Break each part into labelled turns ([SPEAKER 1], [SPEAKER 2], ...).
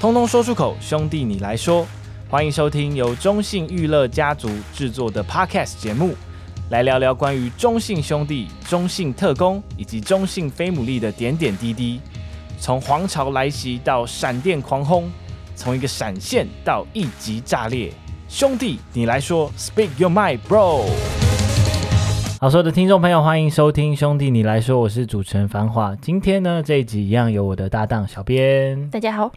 [SPEAKER 1] 通通说出口，兄弟你来说。欢迎收听由中信娱乐家族制作的 Podcast 节目，来聊聊关于中信兄弟、中信特工以及中信飞姆利的点点滴滴。从皇朝来袭到闪电狂轰，从一个闪现到一级炸裂。兄弟，你来说，Speak your mind, bro。好，所有的听众朋友，欢迎收听《兄弟你来说》，我是主持人繁华。今天呢，这一集一样有我的搭档小编。
[SPEAKER 2] 大家好，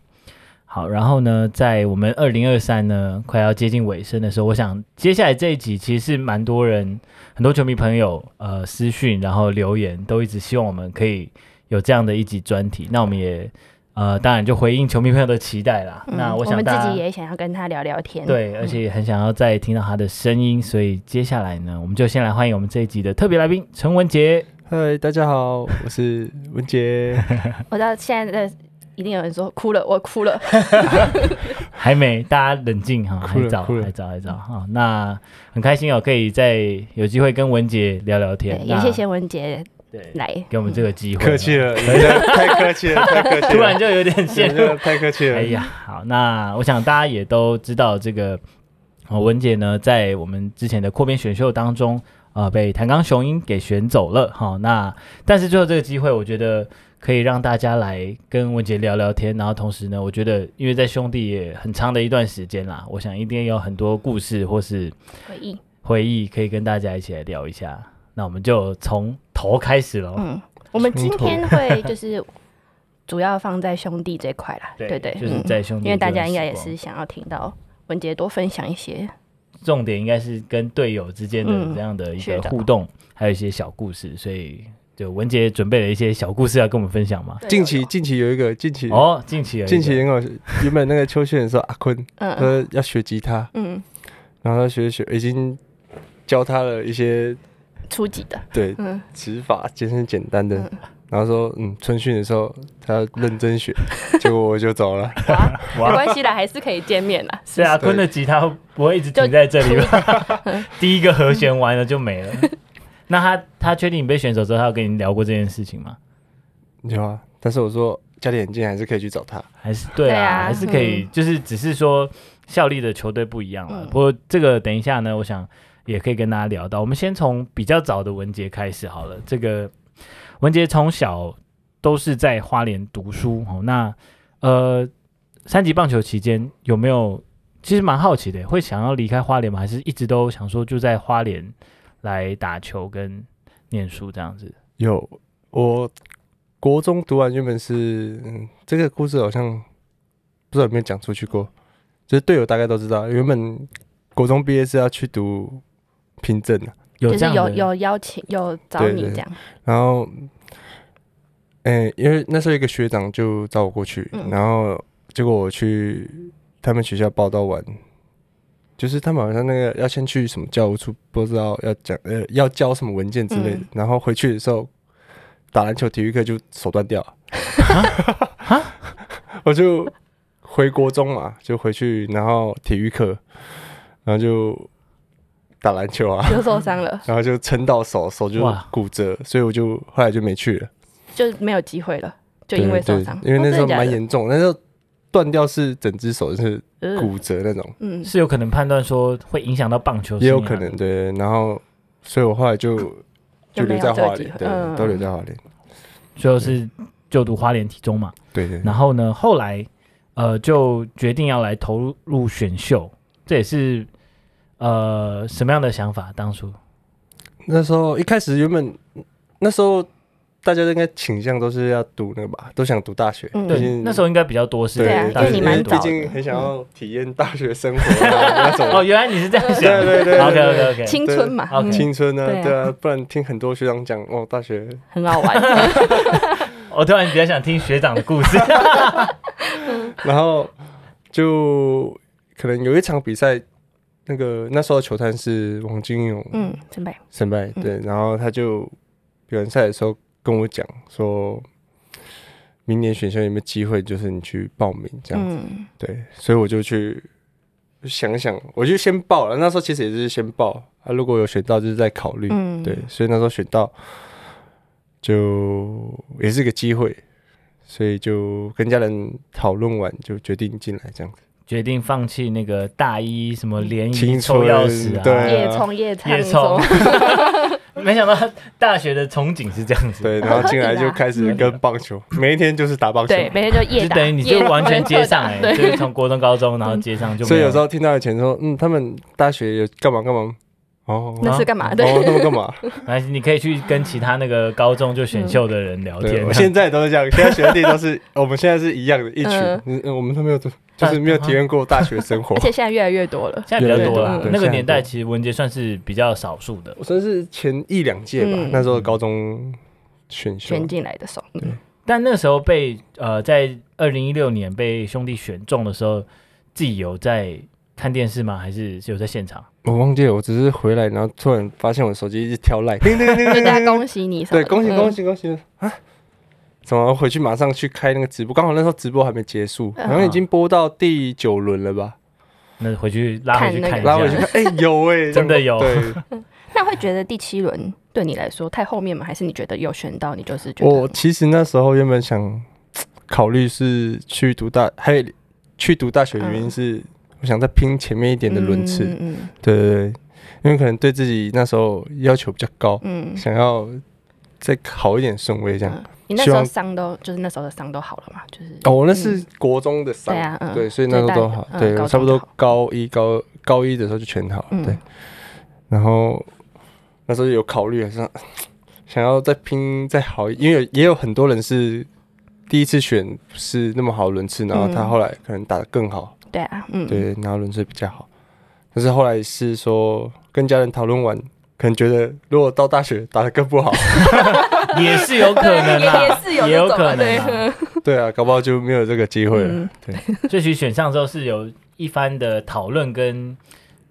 [SPEAKER 1] 好，然后呢，在我们二零二三呢快要接近尾声的时候，我想接下来这一集其实是蛮多人、很多球迷朋友呃私讯，然后留言都一直希望我们可以有这样的一集专题。那我们也呃当然就回应球迷朋友的期待啦。
[SPEAKER 2] 嗯
[SPEAKER 1] 那我想
[SPEAKER 2] 们
[SPEAKER 1] 大
[SPEAKER 2] 自
[SPEAKER 1] 家
[SPEAKER 2] 己也想嗯要跟他聊聊天，
[SPEAKER 1] 对，而且也很想要再听到他的声音，所以接下来呢，我们就先来欢迎我们这一集的特别来宾陈文杰。
[SPEAKER 3] 嗨，大家好，我是文 杰。
[SPEAKER 2] 我到现在的一定有人说哭了，我哭了，
[SPEAKER 1] 还没，大家冷静哈，
[SPEAKER 3] 哭了
[SPEAKER 1] 还早，
[SPEAKER 3] 哭了
[SPEAKER 1] 还早，还早哈。那很开心哦，可以再有机会跟文杰聊聊天
[SPEAKER 2] 对，。
[SPEAKER 1] 那
[SPEAKER 2] 也谢谢文杰
[SPEAKER 1] 对
[SPEAKER 2] 来，
[SPEAKER 1] 给我们这个机会，
[SPEAKER 3] 客气，了，你这太客气 了，太客气了。
[SPEAKER 1] 突然就 有点
[SPEAKER 3] 你
[SPEAKER 1] 陷
[SPEAKER 3] 这
[SPEAKER 1] 入。
[SPEAKER 3] 太客气了。
[SPEAKER 1] 哎呀，好，那我想大家也都知道这个，呃、文姐呢，在我们之前的扩编选秀当中，呃，被弹钢雄鹰给选走了。好、那但是最后这个机会，我觉得可以让大家来跟文姐聊聊天，然后同时呢，我觉得因为在兄弟也很长的一段时间啦，我想一定有很多故事或是
[SPEAKER 2] 嗯回忆，
[SPEAKER 1] 回忆可以跟大家一起来聊一下。那我们就从头开始喽。
[SPEAKER 2] 嗯，我们今
[SPEAKER 3] 从头
[SPEAKER 2] 天会 就是主要放在兄弟这块啦，对对，
[SPEAKER 1] 就是
[SPEAKER 2] 嗯
[SPEAKER 1] 在兄弟
[SPEAKER 2] 因为
[SPEAKER 1] 这段
[SPEAKER 2] 大
[SPEAKER 1] 时光，
[SPEAKER 2] 家应该也是想要听到文杰多分享一些，
[SPEAKER 1] 重点应该是跟队友之间的
[SPEAKER 2] 嗯
[SPEAKER 1] 这样的一个
[SPEAKER 2] 是的
[SPEAKER 1] 互动，还有一些小故事，所以就文杰准备了一些小故事要跟我们分享嘛。
[SPEAKER 3] 近期近期有一个近期
[SPEAKER 1] 哦，近期而已
[SPEAKER 3] 近期很好笑，原本那个邱炫说阿啊坤他
[SPEAKER 2] 嗯
[SPEAKER 3] 说要学吉他，
[SPEAKER 2] 嗯，
[SPEAKER 3] 然后他学学已经教他了一些
[SPEAKER 1] 嗯
[SPEAKER 2] 初级的，
[SPEAKER 3] 对
[SPEAKER 2] 嗯，
[SPEAKER 3] 指法，简单简单的
[SPEAKER 2] 嗯。
[SPEAKER 3] 然后说嗯，春训的时候他认 真学，结果我就走了。
[SPEAKER 2] 哇，
[SPEAKER 1] 哇
[SPEAKER 2] 没关系啦，还是可以见面啦，
[SPEAKER 1] 是啊，坤的吉他不会一直停在这里吧？ 第一个和弦完了就没了。那他他确定你被选走之后，他有跟你聊过这件事情吗？
[SPEAKER 3] 有啊，但是我说家里很近，还是可以去找他。
[SPEAKER 1] 还是对啊，
[SPEAKER 2] 对啊
[SPEAKER 1] 还是可以，
[SPEAKER 2] 嗯
[SPEAKER 1] 就是只是说效力的球队不一样了。
[SPEAKER 2] 嗯
[SPEAKER 1] 不过这个等一下呢，我想也可以跟大家聊到。我们先从比较早的文杰开始好了。这个文杰从小都是在花莲读书哦。那呃，三级棒球期间有没有？其实蛮好奇的，会想要离开花莲吗？还是一直都想说就在花莲来打球跟念书这样子？
[SPEAKER 3] 有，我国中读完原本是，嗯，这个故事好像不知道有没有讲出去过，就是队友大概都知道，原本国中毕业是要去读凭证的，
[SPEAKER 1] 有
[SPEAKER 2] 就
[SPEAKER 1] 这
[SPEAKER 2] 是
[SPEAKER 1] 样
[SPEAKER 2] 有
[SPEAKER 1] 的
[SPEAKER 2] 有邀请，有找
[SPEAKER 3] 对
[SPEAKER 2] 你
[SPEAKER 3] 对
[SPEAKER 2] 这样，
[SPEAKER 3] 然后，哎、因为那时候一个学长就找我过去，
[SPEAKER 2] 嗯
[SPEAKER 3] 然后结果我去他们学校报道完，就是他们好像那个要先去什么教务处，不知道要讲呃要交什么文件之类的，
[SPEAKER 2] 嗯
[SPEAKER 3] 然后回去的时候打篮球体育课就手断掉了， 我就回国中嘛，就回去，然后体育课，然后就打篮球啊。
[SPEAKER 2] 就受伤了，
[SPEAKER 3] 然后就撑到手，手就
[SPEAKER 1] 哇
[SPEAKER 3] 骨折，所以我就后来就没去了。
[SPEAKER 2] 就没有机会了，就因为受
[SPEAKER 3] 对
[SPEAKER 2] 伤，
[SPEAKER 3] 对因为
[SPEAKER 2] 哦
[SPEAKER 3] 那时候
[SPEAKER 2] 真的假
[SPEAKER 3] 蛮
[SPEAKER 2] 的
[SPEAKER 3] 严重，那时候断掉是整只手是
[SPEAKER 2] 呃
[SPEAKER 3] 骨折那种，
[SPEAKER 2] 嗯，
[SPEAKER 1] 是有可能判断说会影响到棒
[SPEAKER 2] 啊
[SPEAKER 1] 球生涯的，
[SPEAKER 3] 也有可能对。然后，所以我后来就就留在花莲，对，
[SPEAKER 2] 嗯
[SPEAKER 3] 都留在花莲，
[SPEAKER 1] 最后是就读花莲体中嘛，
[SPEAKER 3] 对对。
[SPEAKER 1] 然后呢，后来呃就决定要来投入选秀，这也是呃什么样的想法？当初
[SPEAKER 3] 那时候一开始原本那时候大家应该倾向都是要读那个吧，都想读大学，
[SPEAKER 2] 嗯
[SPEAKER 3] 毕
[SPEAKER 2] 对
[SPEAKER 3] 竟
[SPEAKER 1] 那时候应该比较多是
[SPEAKER 3] 对
[SPEAKER 2] 啊，
[SPEAKER 3] 对
[SPEAKER 2] 因为你蛮
[SPEAKER 3] 毕
[SPEAKER 2] 早的嗯
[SPEAKER 3] 竟很想要体验大学生活啊那
[SPEAKER 1] 哦，
[SPEAKER 3] 种
[SPEAKER 1] 原来你是这样想，
[SPEAKER 3] 对对对对
[SPEAKER 1] o k OK OK，
[SPEAKER 2] 青
[SPEAKER 3] 对
[SPEAKER 2] 春嘛，
[SPEAKER 1] OK
[SPEAKER 2] 嗯
[SPEAKER 3] 青春啊
[SPEAKER 2] 对，啊
[SPEAKER 3] 对啊，不然听很多学长讲哦，大学
[SPEAKER 2] 很好 玩，
[SPEAKER 1] 我突然比较想听学长的故事，
[SPEAKER 3] 然后就可能有一场比赛，那个那时候球探是王金勇
[SPEAKER 2] 嗯，真白，
[SPEAKER 3] 胜败，
[SPEAKER 2] 嗯
[SPEAKER 3] 对，然后他就比完赛的时候跟我讲说，明年选秀有没有机会，就是你去报名这样子，
[SPEAKER 2] 嗯，
[SPEAKER 3] 对，所以我就去想想，我就先报了，那时候其实也是先报啊，如果有选到就是在考虑，
[SPEAKER 2] 嗯
[SPEAKER 3] 对，所以那时候选到就也是个机会，所以就跟家人讨论完，就决定进来这样子。
[SPEAKER 1] 决定放弃那个大一什么联谊
[SPEAKER 3] 青
[SPEAKER 1] 抽
[SPEAKER 3] 春
[SPEAKER 1] 钥匙啊，
[SPEAKER 3] 对啊
[SPEAKER 2] 夜冲夜唱
[SPEAKER 1] 夜
[SPEAKER 2] 中
[SPEAKER 1] 冲，没想到大学的憧憬是这样子，
[SPEAKER 3] 对， 然后进来就开始跟 棒球，
[SPEAKER 1] 啊
[SPEAKER 3] 每一天就是打棒 球。
[SPEAKER 2] 对，每天就夜
[SPEAKER 1] 就
[SPEAKER 2] 打，
[SPEAKER 1] 等于你就
[SPEAKER 2] 夜
[SPEAKER 1] 完全接 上哎、
[SPEAKER 2] 夜打对，
[SPEAKER 1] 就是从国中、高中，然后接上就没。
[SPEAKER 3] 所以有时候听到以前说，嗯，他们大学有干嘛干嘛，哦，
[SPEAKER 2] 那是干嘛？对，
[SPEAKER 3] 哦，他们 干嘛？
[SPEAKER 1] 哎，你可以去跟其他那个高中就选秀的人聊
[SPEAKER 3] 嗯对，
[SPEAKER 1] 天。啊
[SPEAKER 3] 我现在都是这 样，现在学弟都是我们现在是一样的一群
[SPEAKER 2] 嗯，
[SPEAKER 3] 嗯，嗯我们都没有就是没有体验过大学生活
[SPEAKER 2] 而。且现在越来越多了。
[SPEAKER 1] 现在比较多啦
[SPEAKER 2] 对对，对
[SPEAKER 1] 那个
[SPEAKER 3] 现在
[SPEAKER 1] 年代
[SPEAKER 3] 多
[SPEAKER 1] 其实文杰算是比较少数的。
[SPEAKER 3] 我算是前一两届吧
[SPEAKER 2] 嗯，
[SPEAKER 3] 那时候高中选秀
[SPEAKER 2] 选进来的时候，嗯
[SPEAKER 1] 但那时候被呃，在二零一六年被兄弟选中的时候，自己有在看电视吗？还是有在现场？
[SPEAKER 3] 我忘记了，我只是回来，然后突然发现我手机一直跳 like，叮叮叮叮
[SPEAKER 2] 就
[SPEAKER 3] 叮
[SPEAKER 2] 大家
[SPEAKER 3] 叮
[SPEAKER 2] 恭喜你什么
[SPEAKER 3] 对，
[SPEAKER 2] 的，
[SPEAKER 3] 恭喜
[SPEAKER 2] 嗯
[SPEAKER 3] 恭，喜恭喜啊！怎么回去马上去开那个直播？刚好那时候直播还没结束，
[SPEAKER 2] 嗯
[SPEAKER 3] 好像已经播到第九轮了吧？
[SPEAKER 1] 那回去拉回去
[SPEAKER 2] 看那
[SPEAKER 1] 看
[SPEAKER 2] 个
[SPEAKER 1] 一
[SPEAKER 3] 然后我去
[SPEAKER 1] 下。
[SPEAKER 3] 看，哎，有 哎，
[SPEAKER 1] 真的有
[SPEAKER 3] 对，
[SPEAKER 2] 那会觉得第七轮对你来说太后面吗？还是你觉得有选到，你就是觉
[SPEAKER 3] 我
[SPEAKER 2] 得
[SPEAKER 3] 其实那时候原本想考虑是去读大，还有去读大学的原因
[SPEAKER 2] 嗯
[SPEAKER 3] 是，我想再拼前面一点的轮次，
[SPEAKER 2] 嗯嗯
[SPEAKER 3] 对对对，因为可能对自己那时候要求比较高，
[SPEAKER 2] 嗯嗯
[SPEAKER 3] 想要再好一点顺位这样。
[SPEAKER 2] 嗯你那时
[SPEAKER 3] 希
[SPEAKER 2] 候
[SPEAKER 3] 望
[SPEAKER 2] 伤都就是那时候的伤都好了嘛，就是
[SPEAKER 3] 哦，我那是国中的
[SPEAKER 2] 嗯
[SPEAKER 3] 三、
[SPEAKER 2] 对啊嗯
[SPEAKER 3] 对，所以那时候都好
[SPEAKER 2] 最大，的嗯
[SPEAKER 3] 对
[SPEAKER 2] 高中
[SPEAKER 3] 我差不多
[SPEAKER 2] 就好
[SPEAKER 3] 高一高高一的时候就全好了，
[SPEAKER 2] 嗯
[SPEAKER 3] 对。然后那时候有考虑，想想要再拼再好一，因为有也有很多人是第一次选不是那么好轮次，然后他
[SPEAKER 2] 嗯
[SPEAKER 3] 后来可能打得更好，
[SPEAKER 2] 对啊，嗯，
[SPEAKER 3] 对，然后轮次比较好。但是后来是说跟家人讨论完，可能觉得如果到大学打得更不好，
[SPEAKER 1] 也是有可能
[SPEAKER 2] 也也
[SPEAKER 1] 啦，
[SPEAKER 2] 是有
[SPEAKER 1] 也有
[SPEAKER 2] 这种
[SPEAKER 1] 可
[SPEAKER 2] 啊
[SPEAKER 1] 能
[SPEAKER 2] 对
[SPEAKER 1] 啦。
[SPEAKER 3] 对啊，搞不好就没有这个机会了。
[SPEAKER 2] 嗯
[SPEAKER 3] 对，
[SPEAKER 1] 这局选上之后是有一番的讨论跟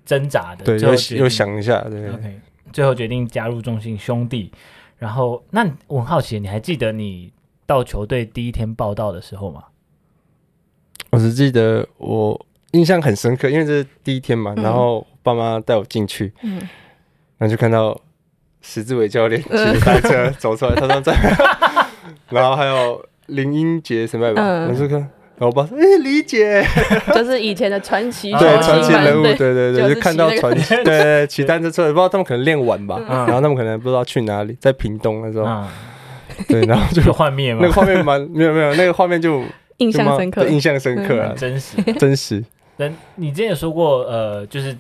[SPEAKER 1] 挣扎的，
[SPEAKER 3] 对，
[SPEAKER 1] 最后
[SPEAKER 3] 又
[SPEAKER 1] 决定
[SPEAKER 3] 又想一下，对。
[SPEAKER 1] OK，最后决定加入中信兄弟。然后，那你我很好奇，你还记得你到球队第一天报道的时候吗？
[SPEAKER 3] 我只记得我印象很深刻，因为这是第一天嘛，
[SPEAKER 2] 嗯
[SPEAKER 3] 然后爸妈带我进去，
[SPEAKER 2] 嗯，
[SPEAKER 3] 然后就看到石志伟教练骑着单车走出来，他 说在，然后还有林英杰什么吧，
[SPEAKER 2] 嗯
[SPEAKER 3] 我就看，然后我爸说，哎，李姐，
[SPEAKER 2] 就是以前的传 奇
[SPEAKER 1] 哦
[SPEAKER 3] 对，
[SPEAKER 1] 哦
[SPEAKER 3] 啊传奇人物，对
[SPEAKER 2] 对
[SPEAKER 3] 对
[SPEAKER 2] 就是骑
[SPEAKER 3] 对，就看到
[SPEAKER 2] 那个
[SPEAKER 3] 传奇，对对对，骑单车出来，不知道他们可能练完吧，
[SPEAKER 1] 嗯
[SPEAKER 3] 然后他们可能不知道去哪里，在屏东那时
[SPEAKER 2] 嗯
[SPEAKER 3] 候，
[SPEAKER 1] 啊，
[SPEAKER 3] 对，然后就
[SPEAKER 1] 就幻灭吗
[SPEAKER 3] 那个？画面蛮没有没有，那个画面就
[SPEAKER 2] 印
[SPEAKER 3] 就蛮
[SPEAKER 2] 象深刻
[SPEAKER 3] 对，印象深刻啊
[SPEAKER 1] 很，真实。
[SPEAKER 2] 嗯
[SPEAKER 3] 真实，
[SPEAKER 1] 但你之前有说过，呃，就是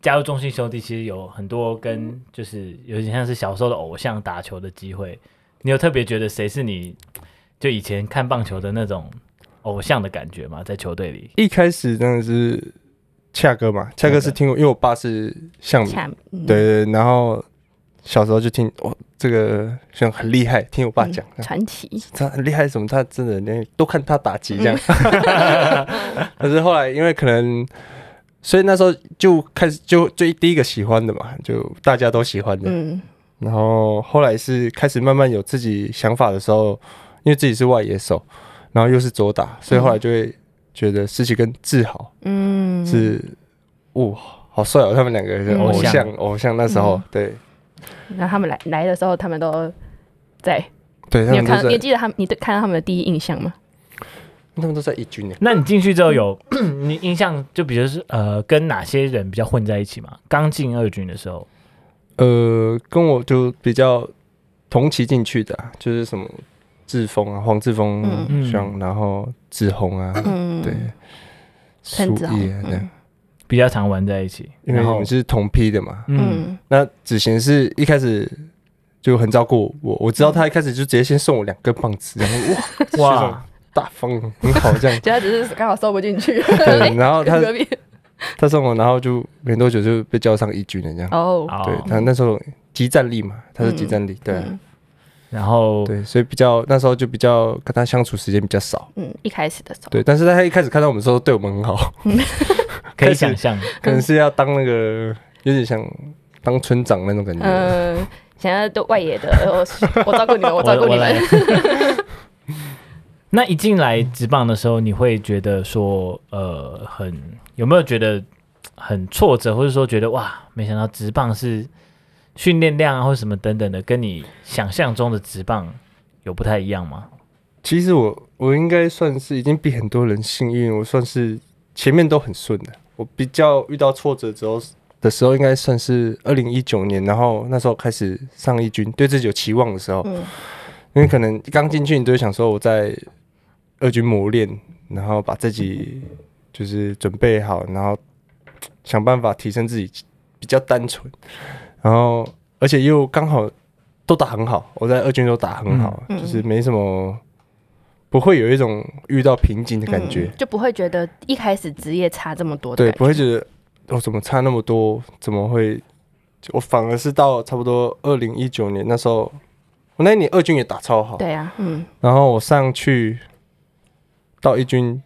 [SPEAKER 1] 加入中信兄弟，其实有很多
[SPEAKER 3] 嗯
[SPEAKER 1] 跟就是有点像是小时候的偶像打球的机会。你有特别觉得谁是你就以前看棒球的那种偶像的感觉吗？在球队里？
[SPEAKER 3] 一开始真的是恰哥嘛，恰哥是听过，因为我爸是相民，
[SPEAKER 2] 恰嗯
[SPEAKER 3] 对对，对然后小时候就听哦，这个像很厉害，听我爸讲，
[SPEAKER 2] 嗯传奇，
[SPEAKER 3] 他很厉害什么，他真的连都看他打击这样。
[SPEAKER 2] 嗯
[SPEAKER 3] 可是后来因为可能，所以那时候就开始就最第一个喜欢的嘛，就大家都喜欢的，
[SPEAKER 2] 嗯
[SPEAKER 3] 然后后来是开始慢慢有自己想法的时候，因为自己是外野手，然后又是左打，所以后来就会觉得思琪跟志豪。
[SPEAKER 2] 嗯，
[SPEAKER 3] 是，哇，好帅哦！他们两个是
[SPEAKER 2] 嗯
[SPEAKER 3] 偶
[SPEAKER 1] 偶
[SPEAKER 3] 像
[SPEAKER 1] 像，
[SPEAKER 3] 偶像那时候
[SPEAKER 2] 嗯，
[SPEAKER 3] 对
[SPEAKER 2] 然后他们来来的时候，他们都在，
[SPEAKER 3] 对，他
[SPEAKER 2] 你有
[SPEAKER 3] 们
[SPEAKER 2] 看，
[SPEAKER 3] 都
[SPEAKER 2] 你有
[SPEAKER 3] 在，
[SPEAKER 2] 记得他们，你对看到他们的第一印象吗？
[SPEAKER 3] 他们都在一军呢。
[SPEAKER 1] 那你进去之后有你印象就比如是呃跟哪些人比较混在一起嘛？刚进二军的时候，
[SPEAKER 3] 呃，跟我就比较同期进去的啊，就是什么志峰啊，黄志峰
[SPEAKER 1] 嗯
[SPEAKER 3] 像，然后志宏啊，
[SPEAKER 2] 嗯，
[SPEAKER 3] 对，，苏
[SPEAKER 2] 陈子豪
[SPEAKER 3] 毅啊，这样
[SPEAKER 2] 嗯，
[SPEAKER 1] 比较常玩在一起，
[SPEAKER 3] 因为
[SPEAKER 1] 然
[SPEAKER 3] 我
[SPEAKER 1] 后
[SPEAKER 3] 们是同批的嘛。
[SPEAKER 1] 嗯，
[SPEAKER 2] 嗯
[SPEAKER 3] 那子贤是一开始。就很照顾我，我知道他一开始就直接先送我两根棒子，然后哇，这种
[SPEAKER 1] 哇，
[SPEAKER 3] 大方很好这
[SPEAKER 2] ，
[SPEAKER 3] 样
[SPEAKER 2] 就他只是刚好收不进去，
[SPEAKER 3] 对，然后他
[SPEAKER 2] 隔 壁
[SPEAKER 3] 他送我，然后就没多久就被叫上一军了，这样。
[SPEAKER 2] 哦，
[SPEAKER 1] 好
[SPEAKER 3] 对他那时候集战力嘛，他是集战力，对啊、
[SPEAKER 2] 嗯
[SPEAKER 1] 然后
[SPEAKER 3] 对，所以比较那时候就比较跟他相处时间比较少，
[SPEAKER 2] 嗯，一开始的时候，
[SPEAKER 3] 对。但是他一开始看到我们的时候，对我们很好，
[SPEAKER 1] 可
[SPEAKER 3] 开
[SPEAKER 1] 以
[SPEAKER 3] 始
[SPEAKER 1] 想象，
[SPEAKER 2] 嗯
[SPEAKER 3] 可能是要当那个有点像当村长那种感觉。
[SPEAKER 2] 嗯，想要都外野的，我我照顾你们，我照顾你
[SPEAKER 1] 来
[SPEAKER 2] 们，。
[SPEAKER 1] 那一进来职棒的时候，你会觉得说，呃，很有没有觉得很挫折，或者说觉得哇，没想到职棒是训练量啊，或者什么等等的，跟你想象中的职棒有不太一样吗？
[SPEAKER 3] 其实我我我应该算是已经比很多人幸运，我算是前面都很顺的。我比较遇到挫折之后的时候，应该算是二零一九年，然后那时候开始上一军，对自己有期望的时候，
[SPEAKER 2] 嗯
[SPEAKER 3] 因为可能刚进去，你就会想说我在二军磨练，然后把自己就是准备好，然后想办法提升自己，比较单纯，然后而且又刚好都打很好，我在二军都打很好，
[SPEAKER 2] 嗯
[SPEAKER 3] 就是没什么不会有一种遇到瓶颈的感觉，
[SPEAKER 2] 嗯就不会觉得一开始职业差这么多的
[SPEAKER 3] 对，
[SPEAKER 2] 感觉，
[SPEAKER 3] 不会觉得我、哦怎么差那么多，怎么会？我反而是到差不多二零一九年那时候，我那一年二军也打超好，
[SPEAKER 2] 对啊，嗯，
[SPEAKER 3] 然后我上去到一军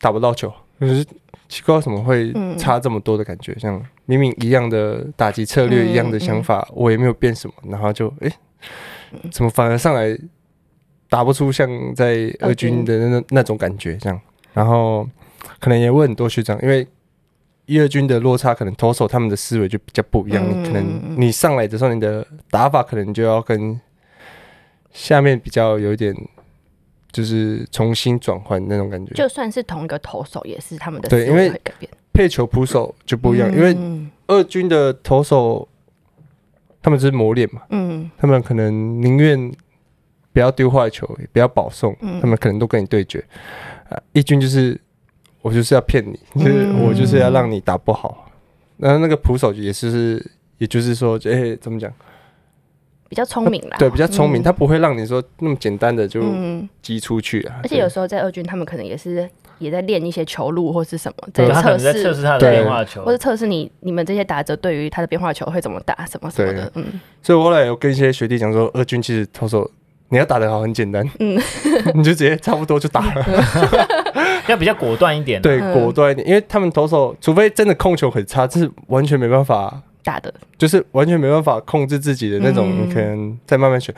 [SPEAKER 3] 打不到球，就是奇怪为什么会
[SPEAKER 2] 嗯
[SPEAKER 3] 差这么多的感觉，像明明一样的打击策略、
[SPEAKER 2] 嗯
[SPEAKER 3] 一样的想法，我也没有变什么，然后就哎、诶怎么反而上来打不出像在二军的那那种感觉这样，然后可能也问很多学长，因为。一二军的落差，可能投手他们的思维就比较不一样。
[SPEAKER 2] 嗯
[SPEAKER 3] 你可
[SPEAKER 2] 嗯嗯
[SPEAKER 3] 能你上来的时候，你的打法可能就要跟下面比较有一点，就是重新转换那种感觉。
[SPEAKER 2] 就算是同一个投手，也是他们的
[SPEAKER 3] 对
[SPEAKER 2] 思
[SPEAKER 3] 因
[SPEAKER 2] 维
[SPEAKER 3] 为
[SPEAKER 2] 会改变，
[SPEAKER 3] 配球捕手就不一样，
[SPEAKER 2] 嗯
[SPEAKER 3] 因为
[SPEAKER 2] 嗯
[SPEAKER 3] 二军的投手他们是磨练嘛，
[SPEAKER 2] 嗯
[SPEAKER 3] 他们可能宁愿不要丢坏球，也不要保送，
[SPEAKER 2] 嗯
[SPEAKER 3] 他们可能都跟你对决。啊、一军就是我就是要骗你，就是
[SPEAKER 2] 嗯
[SPEAKER 3] 我就是要让你打不好。然后那个捕手也是，也就是说，哎、怎么讲？
[SPEAKER 2] 比较聪明啦，
[SPEAKER 3] 对，比较聪
[SPEAKER 2] 嗯
[SPEAKER 3] 明，他不会让你说那么简单的就
[SPEAKER 2] 嗯，
[SPEAKER 3] 击出去啊。
[SPEAKER 2] 而且
[SPEAKER 3] 对
[SPEAKER 2] 有时候在二军，他们可能也是也在练一些球路或是什么，
[SPEAKER 3] 对
[SPEAKER 4] 对他可能
[SPEAKER 2] 测
[SPEAKER 4] 在测
[SPEAKER 2] 试，
[SPEAKER 4] 试他的
[SPEAKER 3] 对
[SPEAKER 4] 变化球
[SPEAKER 2] 或，是测试你你们这些打者对于他的变化球会怎么打，什么什么的，嗯，
[SPEAKER 3] 所以我后来有跟一些学弟讲说，二军其实投手你要打得好很简单，
[SPEAKER 2] 嗯
[SPEAKER 3] 你就直接差不多就打了，
[SPEAKER 4] 要比较果断一点。，啊
[SPEAKER 3] 对，
[SPEAKER 2] 嗯
[SPEAKER 3] 果断一点。因为他们投手，除非真的控球很差，这是完全没办法，
[SPEAKER 2] 打的，
[SPEAKER 3] 就是完全没办法控制自己的那种，
[SPEAKER 2] 嗯
[SPEAKER 3] 你可能再慢慢选，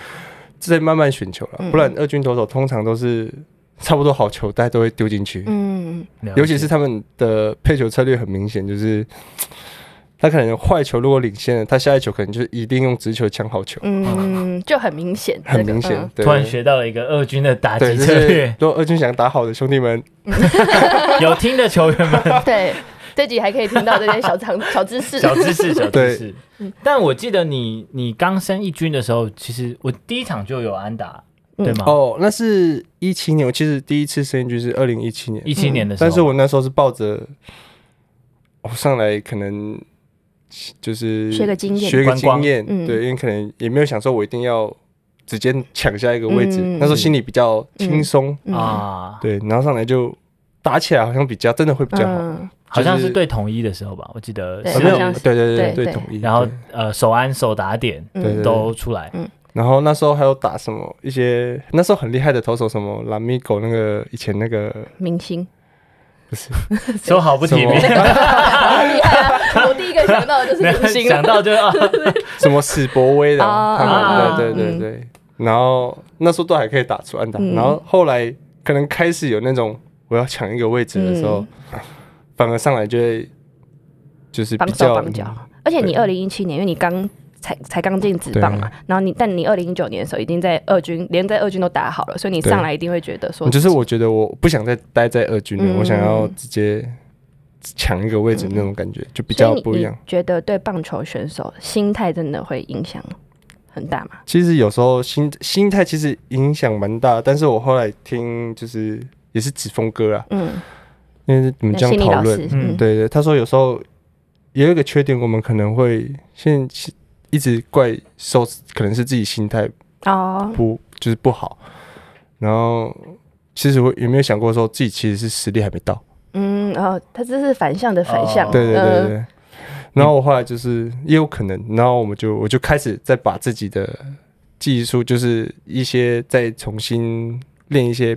[SPEAKER 3] 再慢慢选球了。
[SPEAKER 2] 嗯
[SPEAKER 3] 不然二军投手通常都是差不多好球，大家都会丢进去，
[SPEAKER 2] 嗯，
[SPEAKER 3] 尤其是他们的配球策略很明显，就是。他可能坏球如果领先了，他下一球可能就一定用直球抢好球，
[SPEAKER 2] 嗯，就很明显，
[SPEAKER 3] 啊很
[SPEAKER 2] 这个
[SPEAKER 3] 明显
[SPEAKER 2] 嗯。
[SPEAKER 3] 对
[SPEAKER 4] 突然学到了一个二军的打
[SPEAKER 3] 对，
[SPEAKER 4] 击
[SPEAKER 3] 就
[SPEAKER 4] 策
[SPEAKER 3] 是
[SPEAKER 4] 略，
[SPEAKER 3] 如果二军想打好的兄弟们，
[SPEAKER 4] 有听的球员们
[SPEAKER 2] 对，这集还可以听到这些小常小知识，
[SPEAKER 4] 小知 识，小知
[SPEAKER 3] 对
[SPEAKER 4] 识。但我记得你你刚升一军的时候，其实我第一场就有安打，
[SPEAKER 2] 嗯
[SPEAKER 4] 对吗？
[SPEAKER 3] 哦，那是一七年，我其实第一次升军是二零一七年，
[SPEAKER 4] 一七年的时候，
[SPEAKER 3] 嗯但是我那时候是抱着我上来可能就是
[SPEAKER 2] 学个经验
[SPEAKER 3] 学个
[SPEAKER 4] 观光
[SPEAKER 3] 经验，
[SPEAKER 2] 嗯
[SPEAKER 3] 对，因为可能也没有想说我一定要直接抢下一个位置，
[SPEAKER 2] 嗯嗯嗯
[SPEAKER 3] 那时候心里比较轻松，
[SPEAKER 2] 嗯
[SPEAKER 4] 啊，
[SPEAKER 3] 对，然后上来就打起来好像比较真的会比较好，
[SPEAKER 2] 嗯，
[SPEAKER 4] 好像
[SPEAKER 3] 就是是
[SPEAKER 4] 对统一的时候吧，我记得
[SPEAKER 2] 对
[SPEAKER 3] 啊
[SPEAKER 4] 十
[SPEAKER 3] 没
[SPEAKER 4] 六
[SPEAKER 2] 好像
[SPEAKER 3] 有，
[SPEAKER 2] 是
[SPEAKER 3] 对对
[SPEAKER 2] 对对
[SPEAKER 3] 对，统一，
[SPEAKER 4] 然后
[SPEAKER 3] 对
[SPEAKER 4] 呃手安手打点
[SPEAKER 2] 嗯
[SPEAKER 3] 对对
[SPEAKER 4] 都出来，
[SPEAKER 3] 然后那时候还有打什么一些那时候很厉害的投手，什么拉米狗那个以前那个
[SPEAKER 2] 明 星，
[SPEAKER 3] 不是
[SPEAKER 2] 嗯
[SPEAKER 4] 手好不体
[SPEAKER 3] 什么
[SPEAKER 4] 面，
[SPEAKER 2] 好厉害啊！我第一个想到的就是明星
[SPEAKER 4] 想
[SPEAKER 2] 了，
[SPEAKER 4] 到就啊，
[SPEAKER 3] 什么史博 威的啊，
[SPEAKER 2] 啊
[SPEAKER 3] 他
[SPEAKER 4] 啊
[SPEAKER 3] 们对对对对。然后那时候都还可以打出安打，
[SPEAKER 2] 嗯
[SPEAKER 3] 然后后来可能开始有那种我要抢一个位置的时候，
[SPEAKER 2] 嗯
[SPEAKER 3] 反而上来就会就是
[SPEAKER 2] 绑
[SPEAKER 3] 比
[SPEAKER 2] 手
[SPEAKER 3] 较
[SPEAKER 2] 绑脚。而且你二零一七年，因为你刚才才刚进职棒嘛，然后你但你二零一九年的时候已经在二军，连在二军都打好了，所以你
[SPEAKER 3] 对
[SPEAKER 2] 上来一定会觉得说，
[SPEAKER 3] 嗯就是我觉得我不想再待在二军了，
[SPEAKER 2] 嗯
[SPEAKER 3] 我想要直接抢一个位置那种感觉，就比
[SPEAKER 2] 所以
[SPEAKER 3] 较
[SPEAKER 2] 你
[SPEAKER 3] 不一样
[SPEAKER 2] 你。觉得对棒球选手心态真的会影响很大嘛？
[SPEAKER 3] 其实有时候心心态其实影响蛮大，但是我后来听就是也是子峰哥啊，
[SPEAKER 2] 嗯，
[SPEAKER 3] 因为你们
[SPEAKER 2] 那
[SPEAKER 3] 这
[SPEAKER 2] 心
[SPEAKER 3] 样
[SPEAKER 2] 理
[SPEAKER 3] 讨
[SPEAKER 2] 老
[SPEAKER 3] 论
[SPEAKER 2] 师，
[SPEAKER 4] 嗯
[SPEAKER 2] 嗯，
[SPEAKER 3] 对对，他说有时候也有一个缺点，我们可能会现现一直怪受，可能是自己心态
[SPEAKER 2] 哦，
[SPEAKER 3] 不就是不好，然后其实我有没有想过说自己其实是实力还没到，
[SPEAKER 2] 嗯，哦，他这是反向的反向，
[SPEAKER 4] 哦
[SPEAKER 3] 对对对对
[SPEAKER 2] 嗯
[SPEAKER 3] 对。然后我后来就是也有可能，然后我们就我就开始再把自己的技术，就是一些再重新练一些，